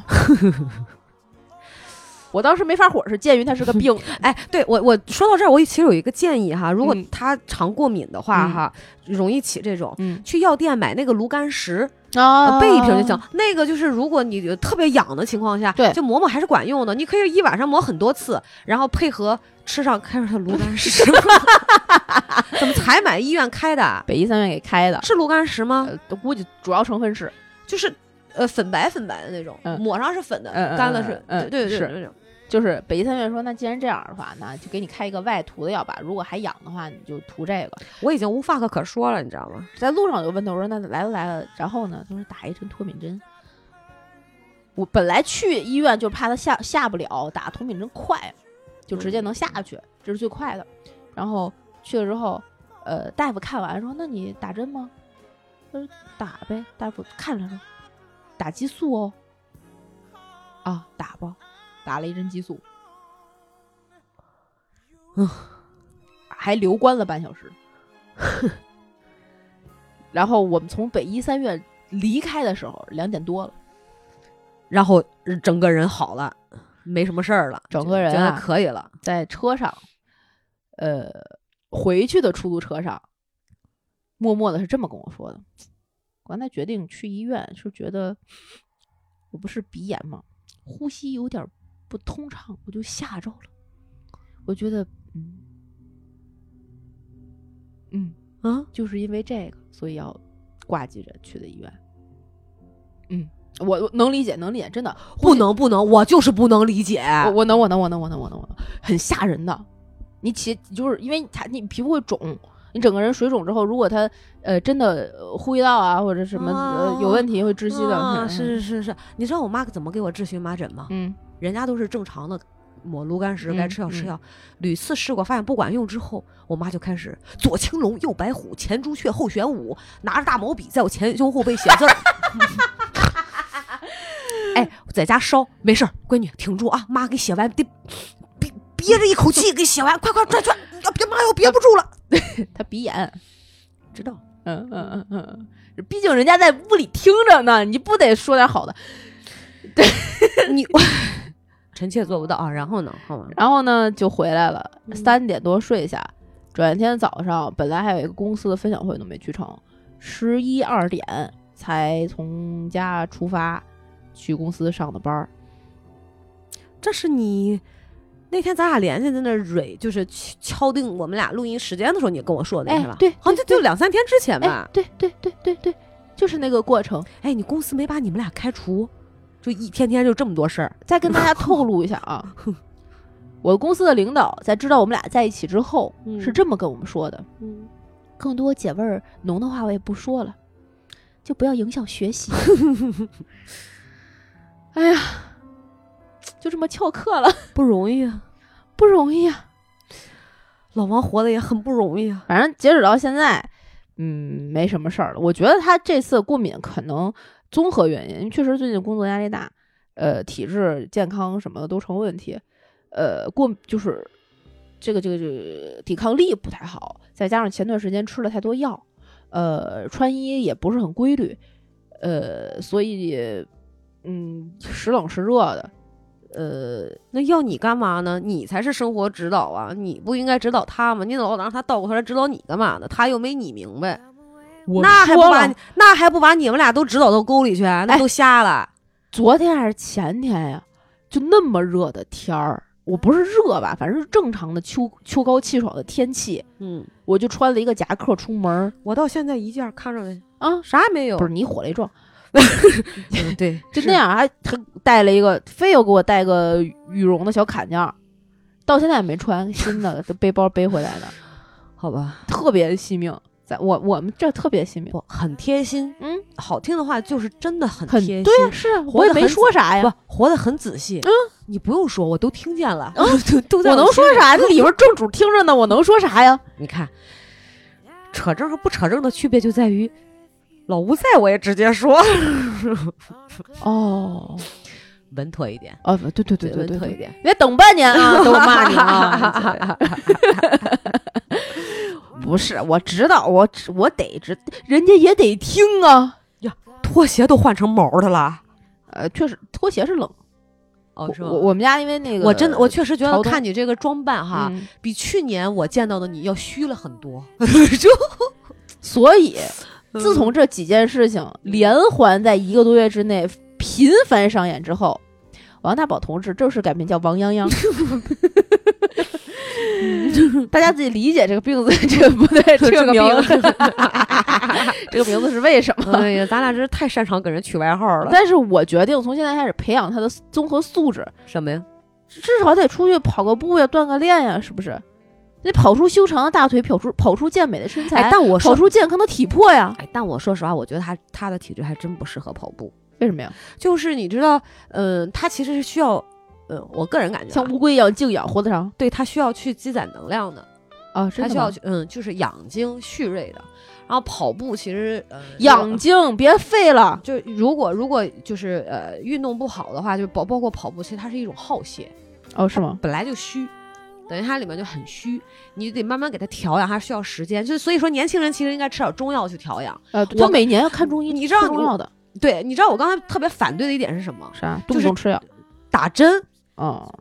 我当时没发火，是鉴于它是个病，哎，对我我说到这儿，我其实有一个建议哈，如果嗯他常过敏的话哈，容易起这种。嗯去药店买那个炉甘石，啊呃备一瓶就行。那个就是，如果你特别痒的情况下，对就磨磨还是管用的。你可以一晚上磨很多次，然后配合吃上开始炉甘石。 怎么才买医院开的？啊北医三院给开的，是炉甘石吗？呃，我估计主要成分是就是呃粉白粉白的那种，嗯抹上是粉的，嗯嗯干了嗯是，嗯对对是对，那种就是北医三院说，那既然这样的话，那就给你开一个外涂的药吧。如果还痒的话，你就涂这个。我已经无话可可说了，你知道吗？在路上我就问他，我说那来都来了，然后呢，他说打一针脱敏针。我本来去医院就怕他下下不了，打脱敏针快，就直接能下去，这是最快的。然后去了之后，呃，大夫看完说：“那你打针吗？”他说：“打呗。”大夫看着说：“打激素哦。”啊，打吧，打了一针激素，嗯，还留观了半小时。然后我们从北医三院离开的时候，两点多了，然后呃整个人好了，没什么事儿了，整个人觉得啊可以了。在车上，呃，回去的出租车上，默默的是这么跟我说的：，我刚才决定去医院，是觉得我不是鼻炎嘛，呼吸有点不通畅，我就吓着了。我觉得，嗯，嗯，啊，就是因为这个，所以要挂急诊去的医院。嗯，我我能理解，能理解，真的不能不能，我就是不能理解。我我能，我能，我能，我能，我能，我能，很吓人的。你起就是因为它，你皮肤会肿，你整个人水肿之后，如果它呃真的呃呼吸道啊或者什么、呃有问题，会窒息的。啊嗯是，是是是，你知道我妈怎么给我治荨麻疹吗？嗯人家都是正常的。抹炉甘石嗯该吃药吃嗯药，屡次试过发现不管用之后，我妈就开始左青龙右白虎前朱雀后玄武，拿着大毛笔在我前胸后背写字儿。 哎，我在家烧没事儿，闺女挺住啊，妈给写完得憋憋着一口气给写完，快快转转，要别妈要憋不住了。它鼻炎。知道， 嗯嗯嗯嗯嗯，毕竟人家在屋里听着呢，你不得说点好的。你 臣妾做不到啊。然后呢，好吗？然后呢，就回来了，嗯三点多睡下。转天早上，本来还有一个公司的分享会都没去成，十一二点才从家出发，去公司上的班儿。这是你那天咱俩联系在那儿蕊，就是敲敲定我们俩录音时间的时候，你跟我说的那哎是吧？对好像就就两三天之前哎吧，。对对对对对，就是那个过程。哎，你公司没把你们俩开除，就一天天就这么多事儿。再跟大家透露一下啊， 我公司的领导在知道我们俩在一起之后，嗯是这么跟我们说的：嗯，更多解味儿浓的话我也不说了，就不要影响学习。 哎呀，就这么翘课了， 不容易啊，不容易啊。老王活的也很不容易啊。反正截止到现在，嗯，没什么事儿了。我觉得他这次过敏可能综合原因，因为确实最近工作压力大，呃，体质健康什么的都成问题，呃，过就是这个这个这个抵抗力不太好，再加上前段时间吃了太多药，呃，穿衣也不是很规律，呃，所以嗯，时冷时热的，呃，那要你干嘛呢？你才是生活指导啊！你不应该指导他吗？你老让他倒过头来指导你干嘛呢？他又没你明白。我那还不说把了你那还不把你们俩都指导到沟里去？那哎都瞎了。昨天还是前天呀、就那么热的天儿，我不是热吧，反正是正常的秋秋高气爽的天气，嗯，我就穿了一个夹克出门儿我到现在一件看上去啊，啥也没有哦不，是你火了一撞，嗯对，就是那。样还他带了一个，非要给我带个羽绒的小坎肩儿，到现在也没穿新的，这背包背回来的，好吧，特别惜命。在我我们这特别惜命，不很贴心，嗯，好听的话就是真的很很贴心，对呀、是啊，我也没说啥呀，不活得很仔细。嗯，你不用说，我都听见了， 都都嗯在我能心说里？啥？那里边正主听着呢，我能说啥呀？你看，扯证和不扯证的区别就在于，老吴在我也直接说， 哦，稳妥一点，哦，对对对对稳对妥一对，点。别等半年 啊，等我骂你 啊！ 不是，我知道，我知我得知，人家也得听啊。拖鞋都换成毛的了，呃，确实，拖鞋是冷。哦，是吗？我我们家因为那个，我真的，我确实觉朝得东看你这个装扮哈，嗯比去年我见到的你要虚了很 多。就所以自从 这几件事情连环在一个多月之内频繁上演之后，王大宝同志正式改名叫王泱 泱。大家自己理解这个病字，这个不对，这个名字，这个名字是为什么？ 哎呀，咱俩真是太擅长给人取外号了。嗯但是我决定从现在开始培养他的综合素质，什么呀？至少得出去跑个步呀，锻个炼呀，是不是？得跑出修长的大腿，跑出跑出健美的身材，哎，但我跑说，出健康的体魄呀。哎，但我说实话，我觉得他他的体质还真不适合跑步。为什么呀？就是你知道，嗯、他其实是需要，呃，我个人感觉像啊，乌龟一样静养，活得长对他需要去积攒能量的，啊！他真需的吗要去，嗯，就是养精蓄锐的。然后跑步其实，呃、养精，别废了。就如果如果就是呃运动不好的话，就包包括跑步，其实它是一种耗血，哦，是吗？本来就虚，等于它里面就很虚，你得慢慢给它调养，还是需要时间。就是所以说，年轻人其实应该吃点中药去调养。呃，我他每年要看中医，你知道吃你中药的对，你知道我刚才特别反对的一点是什么？啥？就动不是动吃药。打针，哦，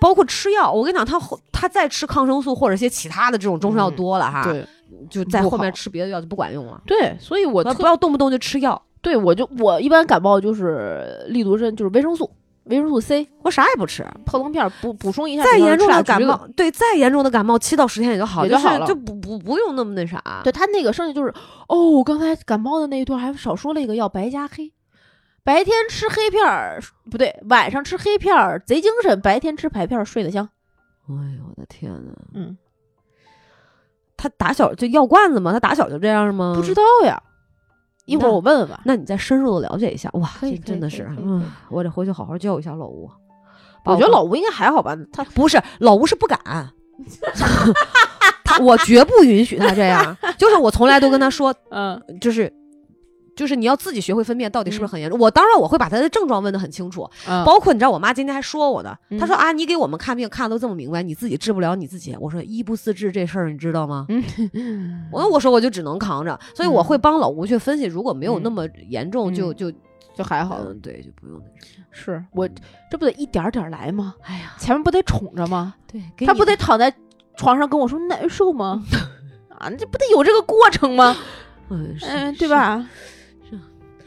包括吃药。我跟你讲，他后他再吃抗生素或者一些其他的这种中成药嗯多了哈，对就在后不好面吃别的药就不管用了。对，所以我不要不特要动不动就吃药，对我就我一般感冒就是利毒针，就是维生素，维生素 C 我啥也不吃。泡腾片儿补补充一下。再比方严重吃俩的感橘子，冒，对，再严重的感冒，七到十天也就好，也就好了是就不不不用那么那啥。对他那个剩下就是哦，我刚才感冒的那一段还少说了一个药白加黑。白天吃黑片儿不对，晚上吃黑片儿贼精神，白天吃白片儿睡得香。哎呦我的天呐，嗯，他打小就药罐子吗？他打小就这样吗？不知。道呀，一会儿嗯那我问问吧。 那你再深入的了解一下，哇，可以可这以真的可以是可，以可嗯以，我得回去好好教育一下老吴。把我觉得刚老吴应该还好吧，他不是老吴是不敢，他 我绝不允许他这样。就是我从来都跟他说，嗯就是就是你要自己学会分辨到底是不是很严重。我当然我会把他的症状问得很清楚，嗯包括你知道我妈今天还说我呢，嗯她说啊你给我们看病看得都这么明白，你自己治不了你自己。我说一不四治这事儿你知道吗？嗯我我说我就只能扛着，所以我会帮老吴去分析，如果没有那么严重，嗯就就就还好，嗯对，就不用嗯那种。是我这不得一点儿点儿来吗？哎呀，前面不得宠着吗？对，他不得躺在床上跟我说难受 吗？啊，这不得有这个过程吗？ 嗯是嗯，是对吧？是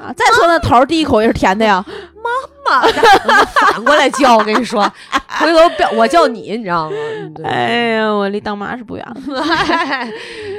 啊，再说那桃儿第一口也是甜的呀。嘛，反过来叫，我跟你说，回头不要我叫你，你知道吗？嗯 对哎呀，我离当妈是不远了。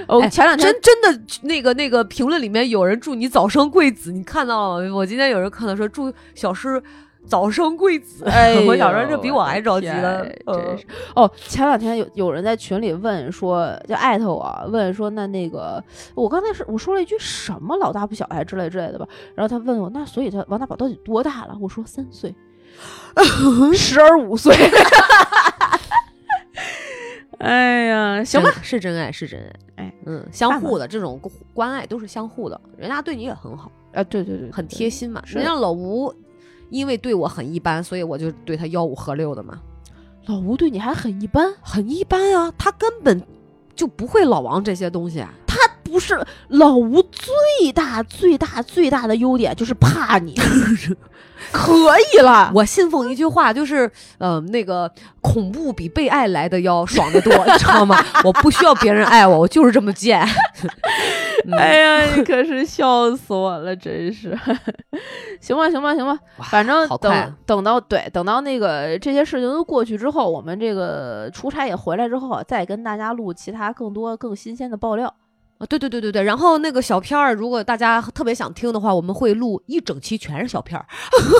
我哎前两天 真真的那个那个评论里面有人祝你早生贵子，你看到了吗？我今天有人看到说祝小诗早生贵子，哎呦， 我想说这比我还着急呢天嗯真是。哦，前两天有有人在群里问说，就艾特我问说，那那个我刚才是我说了一句什么老大不小还之类之类的吧，然后他问我，那所以他王大宝到底多大了？我说三 岁，时而五岁。 哎呀，行吧，吧，是真爱，是真爱，哎，嗯，相看吧互的这种关爱都是相互的，人家对你也很好，啊，对对对，很贴心嘛。是人家老吴因为对我很一般，所以我就对他吆五喝六的嘛，对。老吴对你还很一般，很一般啊，他根本就不会老王这些东西啊。不是老吴最大最大最大的优点就是怕 你，可以了。我信奉一句话，就是，呃，那个恐怖比被爱 来的要爽得多，你知道吗？我不需要别人爱我，我就是这么贱。哎呀，你可是笑死我了，真是。 行吧，行吧，行吧，反正好等、快啊等到对等到那个这些事情都过去之后，我们这个出差也回来之后啊，再跟大家录其他更多更新鲜的爆料。啊对对对对对。然后那个小片儿，如果大家特别想听的话，我们会录一整期全是小片儿。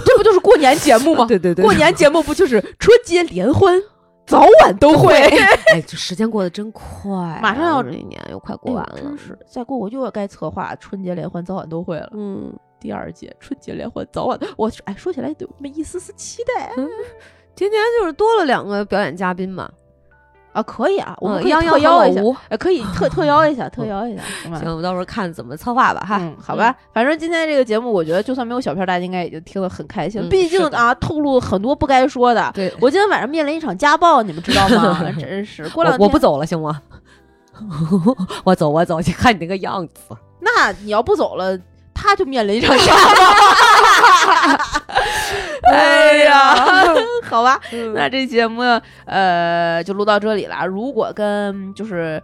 这不就是过年节目吗？对对对过年节目不就是春节联欢，早晚都会。 哎，这时间过得真快啊，马上要这一年又快哎过呦完了。真是再过我就要该策划春节联欢早晚都会了。嗯，第二届春节联欢早晚，我哎说起来有那么一丝丝期待啊今年就是多了两个表演嘉宾嘛，啊，可以啊，我们嗯可以泱泱特和邀老一下，吴。哎，可以 特特邀一下，特邀一下，嗯行吧？行，我们到时候看怎么策划吧哈。嗯，好吧，反正今天这个节目，我觉得就算没有小片儿，大家应该已经听得很开心了。嗯毕竟是的啊，透露很多不该说的。对，我今天晚上面临一场家 暴，你们知道吗？真是，过两我天我不走了，行吗？ 我走，我走，你看你那个样子，那你要不走了，他就面临一场家暴。 哎呀， 好吧，嗯那这节目呃就录到这里了。如果跟就是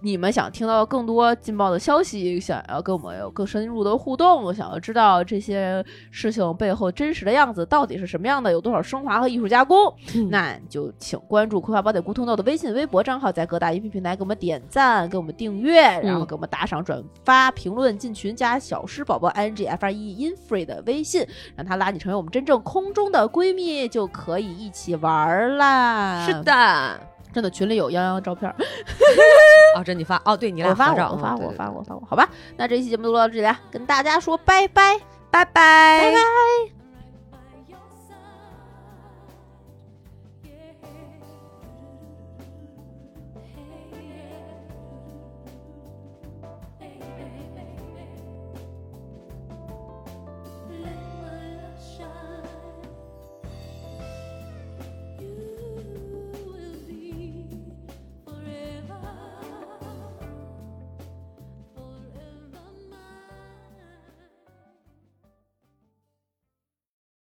你们想听到更多劲爆的消息，想要跟我们有更深入的互动，想要知道这些事情背后真实的样子到底是什么样的，有多少升华和艺术加工，嗯那就请关注《葵花宝典》胡同豆的微信、微博账号，在各大音频平台给我们点赞，给我们订阅，然后给我们打赏、转发、评论、进群，加小诗宝宝 i n g f r e in free 的微信，让他拉你成为我们真正空中的闺蜜，就可以一起玩儿啦。，的。真的群里有泱泱的照片儿，哦，这你发哦，对你俩我发合照我，我发嗯我对我对发对啊我发我，好吧，那这期节目就到这里啦，跟大家说拜拜。拜拜。拜